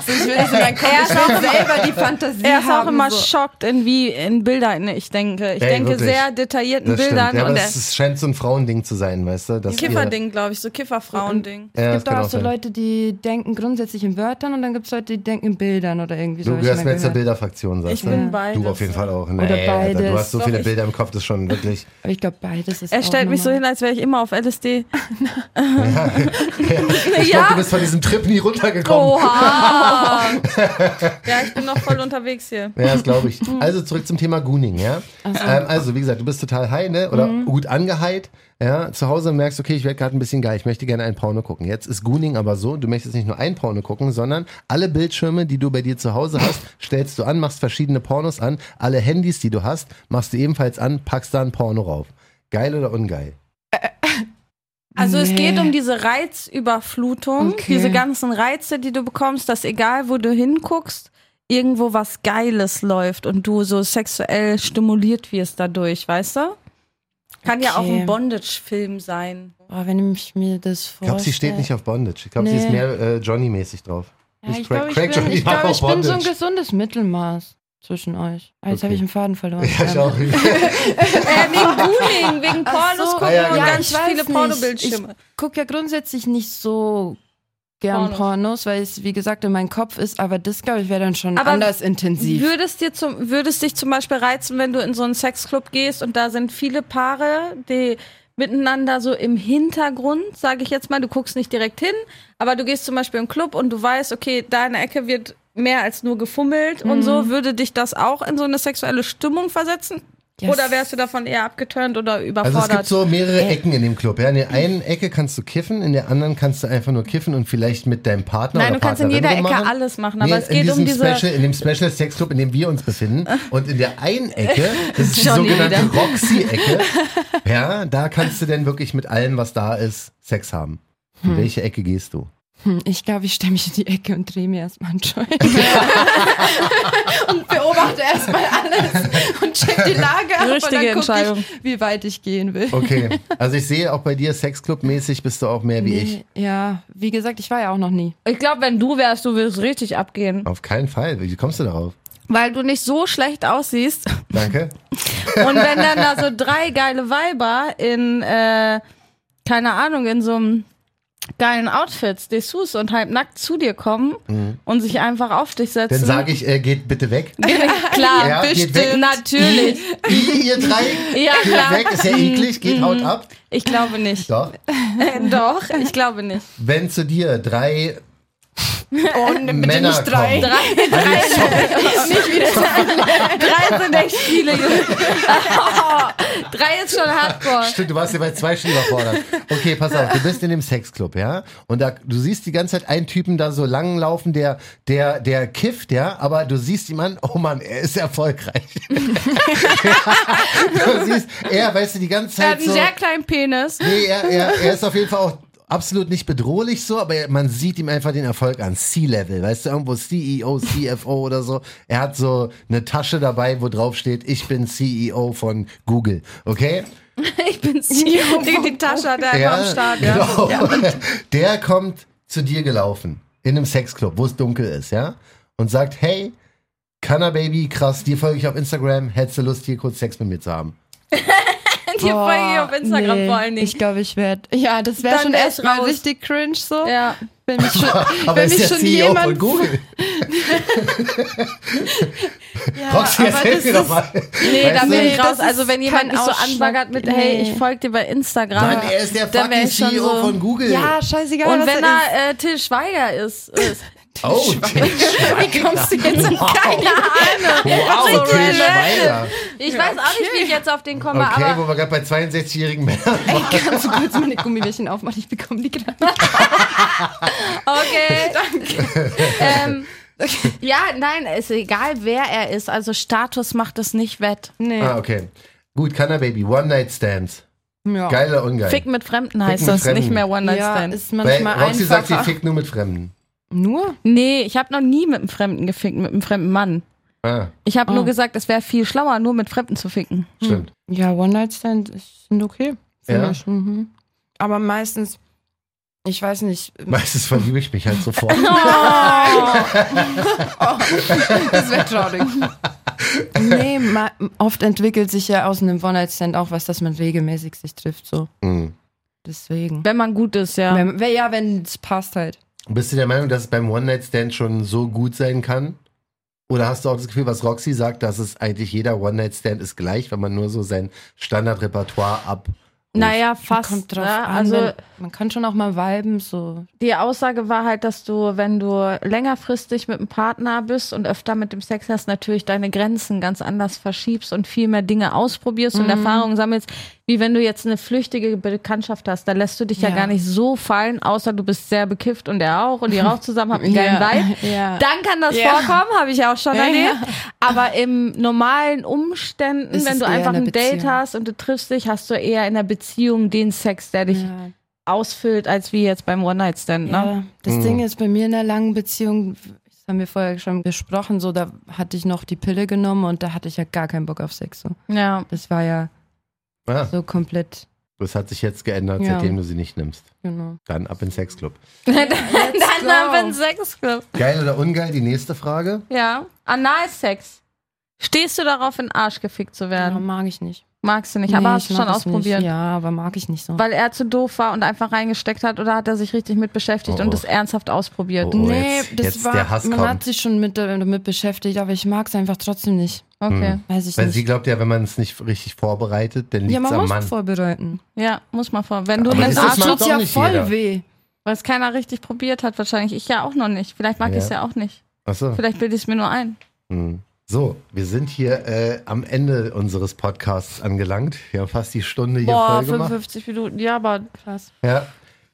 S6: Ich will das in meinem Kopf. Er ist auch selber die Fantasie.
S4: Er ist auch immer schockt, in wie in Bilder, ne, ich denke. Ich
S3: Ey,
S4: denke
S3: wirklich.
S4: sehr detaillierten
S3: Das stimmt.
S4: Bildern
S3: Ja, aber
S4: und
S3: das
S4: der
S3: ist, scheint so ein Frauending zu sein, weißt du? dass ihr-
S4: Kifferding, glaube ich, so Kifferfrauending.
S3: Ja,
S6: Es
S3: das
S6: gibt
S3: kann
S6: auch
S3: auch
S6: so
S3: sein.
S6: Leute, die denken grundsätzlich in Wörtern und dann gibt es Leute, die denken in Bildern oder irgendwie so.
S3: Du
S6: hab ich
S3: gehörst
S6: mal
S3: mir jetzt zur
S6: gehört.
S3: Bilderfraktion, sagst
S4: Ich bin
S3: du?
S4: beides.
S3: Du auf jeden Fall auch. Nee,
S6: Oder
S3: Alter, du
S6: beides.
S3: hast so
S4: Doch,
S3: viele
S4: ich-
S3: Bilder im Kopf, das ist schon wirklich.
S6: Aber ich glaube, beides ist
S4: Er stellt
S6: auch
S4: mich so
S6: normal.
S4: hin, als wäre ich immer auf LSD.
S3: Ich glaube, du bist von diesem Trip nie
S4: Oh.
S3: runtergekommen.
S4: Oha! ja, ich bin noch voll unterwegs hier.
S3: Ja, das glaube ich.
S6: Mhm.
S3: Also zurück zum Thema Gooning, ja. Ähm, also, wie gesagt, du bist total high, ne? Oder
S6: Mhm.
S3: gut angeheilt. Ja, zu Hause merkst, okay, ich werde gerade ein bisschen geil, ich möchte gerne ein Porno gucken. Jetzt ist Gooning aber so, du möchtest nicht nur ein Porno gucken, sondern alle Bildschirme, die du bei dir zu Hause hast, stellst du an, machst verschiedene Pornos an, alle Handys, die du hast, machst du ebenfalls an, packst da ein Porno rauf. Geil oder ungeil?
S4: Also es
S6: Nee.
S4: geht um diese Reizüberflutung,
S6: Okay.
S4: diese ganzen Reize, die du bekommst, dass egal wo du hinguckst, irgendwo was Geiles läuft und du so sexuell stimuliert wirst dadurch, weißt du? Kann ja auch
S6: Okay.
S4: ein Bondage-Film sein.
S6: Boah, Oh, wenn ich mir das
S3: Ich
S6: vorstelle.
S3: glaube, sie steht nicht auf Bondage. Ich glaube, sie ist
S6: Nee.
S3: mehr äh, Johnny-mäßig drauf.
S6: Ja,
S3: Craig-
S6: ich glaube, ich,
S3: Craig
S6: bin,
S3: Johnny
S6: ich, glaub,
S3: war
S6: ich
S3: auf
S6: bin so ein
S3: Bondage.
S6: gesundes Mittelmaß zwischen euch. Ah, Jetzt
S3: Okay.
S6: habe ich einen Faden verloren. Ähm,
S3: Ja, ich auch.
S4: Äh, wegen Gooning, wegen Pornos
S6: so.
S4: gucken
S3: Ah, ja,
S4: und
S3: genau.
S4: ganz
S6: ich weiß
S4: viele
S6: nicht.
S4: Pornobildschirme.
S6: Ich gucke ja grundsätzlich nicht so gern
S4: Pornos.
S6: Pornos, weil es, wie gesagt, in meinem Kopf ist, aber das, glaube ich, wäre dann schon
S4: Aber
S6: anders intensiv.
S4: Würdest, dir zum, würdest dich zum Beispiel reizen, wenn du in so einen Sexclub gehst und da sind viele Paare, die miteinander so im Hintergrund, sage ich jetzt mal, du guckst nicht direkt hin, aber du gehst zum Beispiel im Club und du weißt, okay, deine Ecke wird mehr als nur gefummelt und so, würde dich das auch in so eine sexuelle Stimmung versetzen?
S6: Yes.
S4: Oder wärst du davon eher abgeturnt oder
S3: Also es
S4: überfordert?
S3: gibt so mehrere
S4: Äh.
S3: Ecken in dem Club. Ja? In der einen Ecke kannst du kiffen, in der anderen kannst du einfach nur kiffen und vielleicht mit deinem Partner
S4: Nein,
S3: oder
S4: du kannst in
S3: Partnerin
S4: jeder Ecke
S3: rummachen.
S4: alles machen, aber es geht
S3: in diesem
S4: um diese-
S3: Special, in dem Special Sex Club, in dem wir uns befinden. Und in der einen Ecke, das ist die
S6: Johnny
S3: sogenannte
S6: wieder.
S3: Roxy-Ecke, ja, da kannst du denn wirklich mit allem, was da ist, Sex haben.
S4: Hm.
S3: In welche Ecke gehst du?
S6: Hm, Ich glaube, ich stelle mich in die Ecke und drehe mir erstmal einen Joint. und beobachte erstmal alles und check die Lage ab. und
S4: Richtige
S6: dann guck
S4: Entscheidung.
S6: Ich, wie weit ich gehen will.
S3: Okay, also ich sehe auch bei dir Sexclub-mäßig bist du auch mehr wie ich.
S6: Ja, wie gesagt, ich war ja auch noch nie.
S4: ich glaube, wenn du wärst, du würdest richtig abgehen,
S3: Auf keinen Fall. Wie kommst du darauf?
S4: weil du nicht so schlecht aussiehst.
S3: Danke.
S4: Und wenn dann da so drei geile Weiber in, äh, keine Ahnung, in so einem geilen Outfits, Dessous und halbnackt zu dir kommen und sich einfach auf dich setzen.
S3: Mhm. Dann sage ich, äh, geht bitte weg.
S4: Klar,
S3: Ja, geht
S4: bestimmt.
S3: weg.
S4: Natürlich.
S3: I, ihr drei,
S4: Ja, Mhm.
S3: geht
S4: klar.
S3: weg, ist ja eklig, geht haut ab.
S4: Ich glaube nicht.
S3: Doch.
S4: Äh, Doch, ich glaube nicht.
S3: Wenn zu dir drei
S6: Oh,
S3: Männer kommen. Alle
S4: Drei,
S3: so-
S4: drei sind echt viele. Oh, drei ist schon hardcore.
S3: Stimmt, du warst ja bei zwei schon überfordert. Okay, pass auf, du bist in dem Sexclub, ja? Und da, du siehst die ganze Zeit einen Typen da so langlaufen, der, der, der kifft, ja? Aber du siehst ihm an, oh Mann, er ist erfolgreich. du siehst, er, weißt du, die ganze
S4: Er hat
S3: Zeit
S4: einen
S3: so...
S4: sehr kleinen Penis.
S3: Nee, er, er, er ist auf jeden Fall auch absolut nicht bedrohlich so, aber er- man sieht ihm einfach den Erfolg an. C-Level, weißt du, irgendwo E CEO, CFO oder so. Er hat so eine Tasche dabei, wo drauf steht, ich bin CEO von Google, okay?
S4: Ich bin CEO. Die, die Tasche hat er einfach am Start. Ja.
S3: Genau. Der kommt zu dir gelaufen, in einem Sexclub, wo es dunkel ist, ja? Und sagt, hey, Kanna Baby, krass, dir folge ich auf Instagram, hättest du Lust, hier kurz Sex mit mir zu haben?
S4: Die folge ich auf Instagram vor allen Dingen.
S6: Oh, Ich glaube, ich werde. Ja, das wäre
S4: Dann
S6: schon
S4: wär's
S6: erstmal
S4: raus.
S6: richtig cringe so.
S4: ja.
S6: Wenn mich schon,
S3: Aber
S6: wenn
S3: er ist
S6: mich
S3: ja
S6: schon
S3: CEO
S6: jemand,
S3: von Google.
S6: Ja,
S3: Roxy,
S6: aber
S3: erzähl
S6: das
S3: mir
S6: ist-
S3: doch mal.
S4: Nee, da
S3: Weißt
S4: bin
S3: du?
S4: ich
S6: Das
S4: raus.
S6: ist
S4: Also wenn jemand
S6: kein
S4: mich so
S6: Ausschlag.
S4: anfolgt mit, hey,
S6: Nee.
S4: ich folge dir bei Instagram,
S3: Mann, er ist der
S4: Ah, dann wär
S3: fucking
S4: ich schon
S3: CEO
S4: so.
S3: von Google.
S6: Ja, scheißegal.
S4: Und
S6: was
S4: wenn
S6: er
S4: er äh, Till Schweiger ist, ist
S3: Oh, Till Schweiger.
S6: Wie kommst du jetzt auf
S3: Wow, wow
S4: so
S3: Till
S4: random.
S3: Schweiger.
S4: ich weiß auch nicht, wie ich jetzt auf den komme,
S3: Okay,
S4: aber
S3: wo wir gerade bei 62-jährigen Männern waren.
S6: Kannst du kurz meine Gummibärchen aufmachen? Ich bekomme die gerade.
S4: okay. ähm, ja, nein, ist egal, wer er ist. Also Status macht es nicht wett.
S6: Nee.
S3: Ah, okay. Gut, Kanna Baby, One-Night-Stands.
S6: ja.
S3: Geil oder ungeil?
S4: Fick mit Fremden heißt
S3: mit
S4: das,
S3: Fremden.
S4: nicht mehr One Night
S6: Ja,
S4: Stand.
S6: ist
S3: Weil
S6: manchmal
S3: Roxy sagt, sie
S6: einfacher.
S3: fickt nur mit Fremden.
S6: Nur?
S4: nee, ich habe noch nie mit einem Fremden gefickt, mit einem fremden Mann.
S3: Ah,
S4: Ich habe
S6: Oh.
S4: nur gesagt, es wäre viel schlauer, nur mit Fremden zu ficken.
S3: stimmt.
S6: Ja, One-Night-Stand ist- sind okay.
S3: Ja?
S6: Finde ich, mhm. Aber meistens, ich weiß nicht,
S3: Meistens verliebe ich mich halt sofort.
S4: Oh.
S6: das wäre traurig. nee, ma- oft entwickelt sich ja aus einem One-Night-Stand auch was, dass man regelmäßig sich trifft, so.
S3: Mhm.
S6: Deswegen.
S4: Wenn man gut ist, ja.
S6: Wenn, wenn, ja, wenn es passt halt.
S3: Bist du der Meinung, dass es beim One-Night-Stand schon so gut sein kann? Oder hast du auch das Gefühl, was Roxy sagt, dass es eigentlich jeder One-Night-Stand ist gleich, wenn man nur so sein Standardrepertoire ab,
S4: Naja, fast.
S6: Kommt drauf
S4: ne?
S6: an.
S4: Also
S6: wenn, man kann schon auch mal viben, so.
S4: die Aussage war halt, dass du, wenn du längerfristig mit einem Partner bist und öfter mit dem Sex hast, natürlich deine Grenzen ganz anders verschiebst und viel mehr Dinge ausprobierst und
S6: Mhm.
S4: Erfahrungen sammelst, wie wenn du jetzt eine flüchtige Bekanntschaft hast. Da lässt du dich ja,
S6: Ja.
S4: gar nicht so fallen, außer du bist sehr bekifft und er auch und ihr raucht zusammen, habt einen geilen
S6: Ja,
S4: Vibe.
S6: ja.
S4: Dann kann das
S6: Ja.
S4: vorkommen, habe ich ja auch schon
S6: Ja,
S4: erlebt.
S6: ja.
S4: Aber im normalen Umständen,
S6: Ist
S4: wenn
S6: es
S4: du
S6: eher
S4: einfach
S6: eine
S4: ein Date
S6: Beziehung.
S4: hast und du triffst dich, hast du eher in der Beziehung den Sex, der dich
S6: Ja.
S4: ausfüllt, als wie jetzt beim One-Night-Stand. Ne?
S6: Ja, das
S3: Mhm.
S6: Ding ist, bei mir in einer langen Beziehung, das haben wir vorher schon gesprochen, so da hatte ich noch die Pille genommen und da hatte ich ja gar keinen Bock auf Sex. So.
S4: Ja.
S6: Das war ja
S3: Ah,
S6: so komplett,
S3: das hat sich jetzt geändert,
S6: Ja.
S3: seitdem du sie nicht nimmst.
S6: genau.
S3: Dann ab in Sexclub.
S4: Dann
S6: go.
S4: haben wir einen Sexclub.
S3: Geil oder ungeil? Die nächste Frage.
S4: Ja. Analsex. Stehst du darauf, in den Arsch gefickt zu
S6: Ja,
S4: werden?
S6: mag ich nicht.
S4: Magst du nicht, aber
S6: Nee,
S4: hast du
S6: ich
S4: schon
S6: mag es
S4: ausprobiert.
S6: Nicht. Ja, aber mag ich nicht so.
S4: Weil er zu doof war und einfach reingesteckt hat oder hat er sich richtig mit beschäftigt
S3: Oh,
S4: und
S3: oh.
S4: es ernsthaft ausprobiert?
S3: Oh, oh. jetzt- jetzt der Hass
S6: man
S3: kommt.
S6: hat sich schon mit, äh, damit beschäftigt, aber ich mag es einfach trotzdem nicht.
S4: Okay.
S6: Weiß ich
S3: Weil
S6: nicht.
S3: sie glaubt ja, wenn man es nicht richtig vorbereitet, dann liegt
S6: ja,
S3: es
S6: man
S3: am
S6: muss
S3: Mann.
S6: vorbereiten.
S4: Ja, muss man vor. Wenn du
S3: Aber
S4: einen
S3: das
S4: Arsch,
S3: macht
S6: tut's
S3: doch
S6: ja
S3: nicht
S6: voll
S3: jeder.
S6: weh.
S4: weil es keiner richtig probiert hat, wahrscheinlich. Ich ja auch noch nicht. Vielleicht mag
S3: Ja.
S4: ich es ja auch nicht.
S3: Achso.
S4: Vielleicht bilde ich es mir nur ein.
S3: Hm. So, wir sind hier äh, am Ende unseres Podcasts angelangt. Wir haben fast die Stunde hier
S4: Boah,
S3: voll gemacht.
S4: 55 Minuten. Ja, aber krass.
S3: Ja.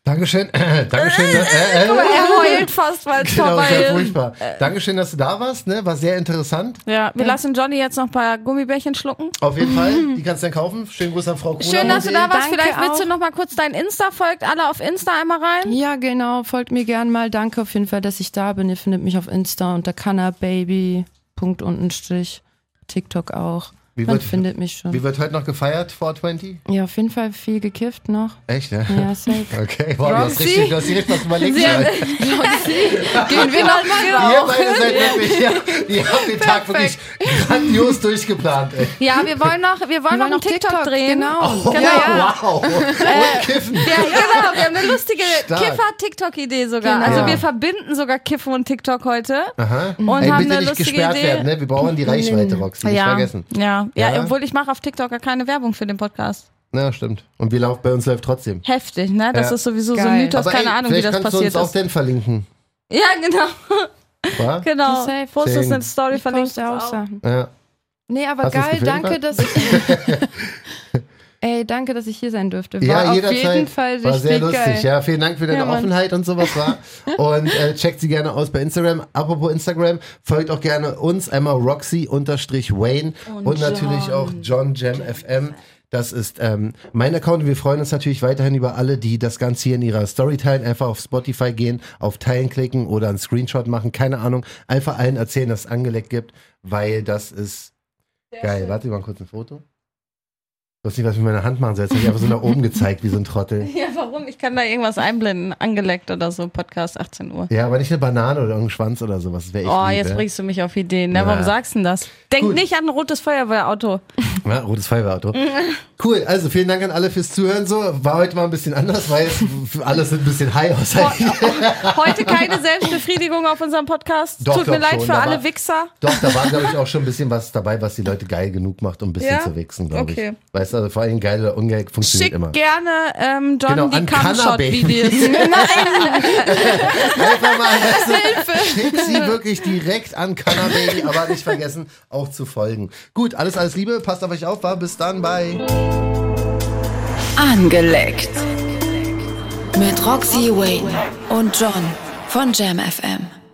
S3: Dankeschön. Dankeschön. äh, äh,
S4: Aber er heult fast, weil es
S3: Genau,
S4: vorbei Äh.
S3: sehr
S4: ist.
S3: furchtbar. Dankeschön, dass du da warst. Ne? War sehr interessant.
S4: Ja, wir lassen Johnny jetzt noch ein paar Gummibärchen schlucken.
S3: Auf jeden Fall. Die kannst du dann kaufen. Schönen Gruß an Frau Kuhn.
S4: Schön, dass du da warst.
S6: Danke
S4: Vielleicht willst du
S6: auch.
S4: noch mal kurz dein Insta folgt alle auf Insta einmal rein.
S6: Ja, genau. Folgt mir gern mal. Danke auf jeden Fall, dass ich da bin. Ihr findet mich auf Insta unter Cannababy. Punkt unten Strich. TikTok auch.
S3: Wie
S6: Man
S3: wird-
S6: findet mich schon.
S3: Wie wird heute noch gefeiert, 420?
S6: Ja, auf jeden Fall viel gekifft noch.
S3: Echt, ne?
S6: Ja, safe.
S3: Okay, wow, du hast
S4: Roxy?
S3: richtig, du hast dir richtig was überlegt. Leute.
S4: Gehen wir noch mal
S3: Ihr beide seid wirklich, ja, ihr habt den Tag wirklich grandios durchgeplant, ey.
S4: Ja, wir wollen noch, wir wollen noch einen TikTok, drehen.
S6: Genau.
S3: Oh,
S4: ja. Äh,
S3: Wow. Und kiffen.
S4: Ja, genau, wir haben eine lustige
S3: Stark.
S4: Kiffer-TikTok-Idee sogar. Also
S3: Ja.
S4: wir verbinden sogar Kiffen und TikTok heute.
S3: Aha.
S4: Und
S3: ey,
S4: haben
S3: bitte
S4: eine
S3: nicht
S4: lustige
S3: gesperrt
S4: Idee.
S3: werden, ne? Wir brauchen die Reichweite, Roxy. Nicht
S4: ja.
S3: vergessen.
S4: Ja. ja,
S3: Ja.
S4: obwohl ich mache auf TikTok ja keine Werbung für den Podcast.
S3: Na, stimmt. Und wir laufen, bei uns läuft trotzdem.
S4: Heftig, ne? Das
S3: Ja.
S4: ist sowieso so ein
S6: Geil.
S4: Mythos, keine
S3: ey,
S4: Ahnung, wie
S3: vielleicht
S4: das
S3: kannst
S4: passiert
S3: du uns auch
S4: ist.
S3: den verlinken.
S4: Ja, genau,
S3: Wa?
S4: genau.
S6: Safe.
S4: Postest
S3: Same.
S4: eine Story,
S6: Ich
S4: verlinkst
S6: poste
S4: du
S6: auch
S4: auch.
S6: Sachen.
S3: Ja.
S6: Nee, aber
S3: Hast du's
S6: geil.
S3: gefilmt,
S6: Danke,
S3: Alter?
S6: dass ich. Ey, danke, dass ich hier sein durfte. War
S3: Ja,
S6: auf
S3: jederzeit.
S6: jeden Fall
S3: war sehr
S6: richtig
S3: lustig.
S6: geil.
S3: Ja, vielen Dank für deine
S6: Ja, Mann.
S3: Offenheit und sowas war. Und äh, checkt sie gerne aus bei Instagram. Apropos Instagram, folgt auch gerne uns einmal Roxy unterstrich Wayne und, natürlich auch John Jam FM. Das ist ähm, mein Account und wir freuen uns natürlich weiterhin über alle, die das Ganze hier in ihrer Story teilen. Einfach auf Spotify gehen, auf Teilen klicken oder einen Screenshot machen, keine Ahnung. Einfach allen erzählen, dass es angelegt gibt, weil das ist geil. Warte, wir machen kurz ein Foto. Ich weiß nicht, was ich mit meiner Hand machen soll. Jetzt habe ich einfach so nach oben gezeigt, wie so ein Trottel.
S4: Ja, warum? Ich kann da irgendwas einblenden. Angeleckt oder so, Podcast 18 Uhr.
S3: Ja, aber nicht eine Banane oder irgendeinen Schwanz oder sowas. Das wäre echt
S4: Oh,
S3: lieb,
S4: jetzt
S3: ja.
S4: bringst du mich auf Ideen. Na, warum
S3: Ja.
S4: sagst du denn das? Denk
S3: Gut.
S4: nicht an ein rotes Feuerwehrauto.
S3: Ja, rotes Feuerwehrauto. cool, also vielen Dank an alle fürs Zuhören. So, war heute mal ein bisschen anders, weil es, alles sind ein bisschen high aus.
S4: Oh, Heute keine Selbstbefriedigung auf unserem Podcast.
S3: Doch,
S4: Tut mir
S3: doch,
S4: leid
S3: schon,
S4: für
S3: aber-
S4: alle Wichser.
S3: Doch, da war, glaube ich, auch schon ein bisschen was dabei, was die Leute geil genug macht, um ein bisschen
S4: Ja?
S3: zu wichsen, glaube
S4: Okay.
S3: ich. Weißt du, also vor allem geil oder ungeil funktioniert
S4: Schick
S3: immer.
S4: gerne ähm, John
S3: Genau,
S4: die
S3: an
S4: Cumshot-Videos.
S3: Einfach mal, weißt du, schick sie wirklich direkt an Cannabis, aber nicht vergessen, auch zu folgen. Gut, alles, alles Liebe, passt auf euch auf, war bis dann, bye.
S1: Angeleckt. Mit Roxy Wayne und John von Jam FM.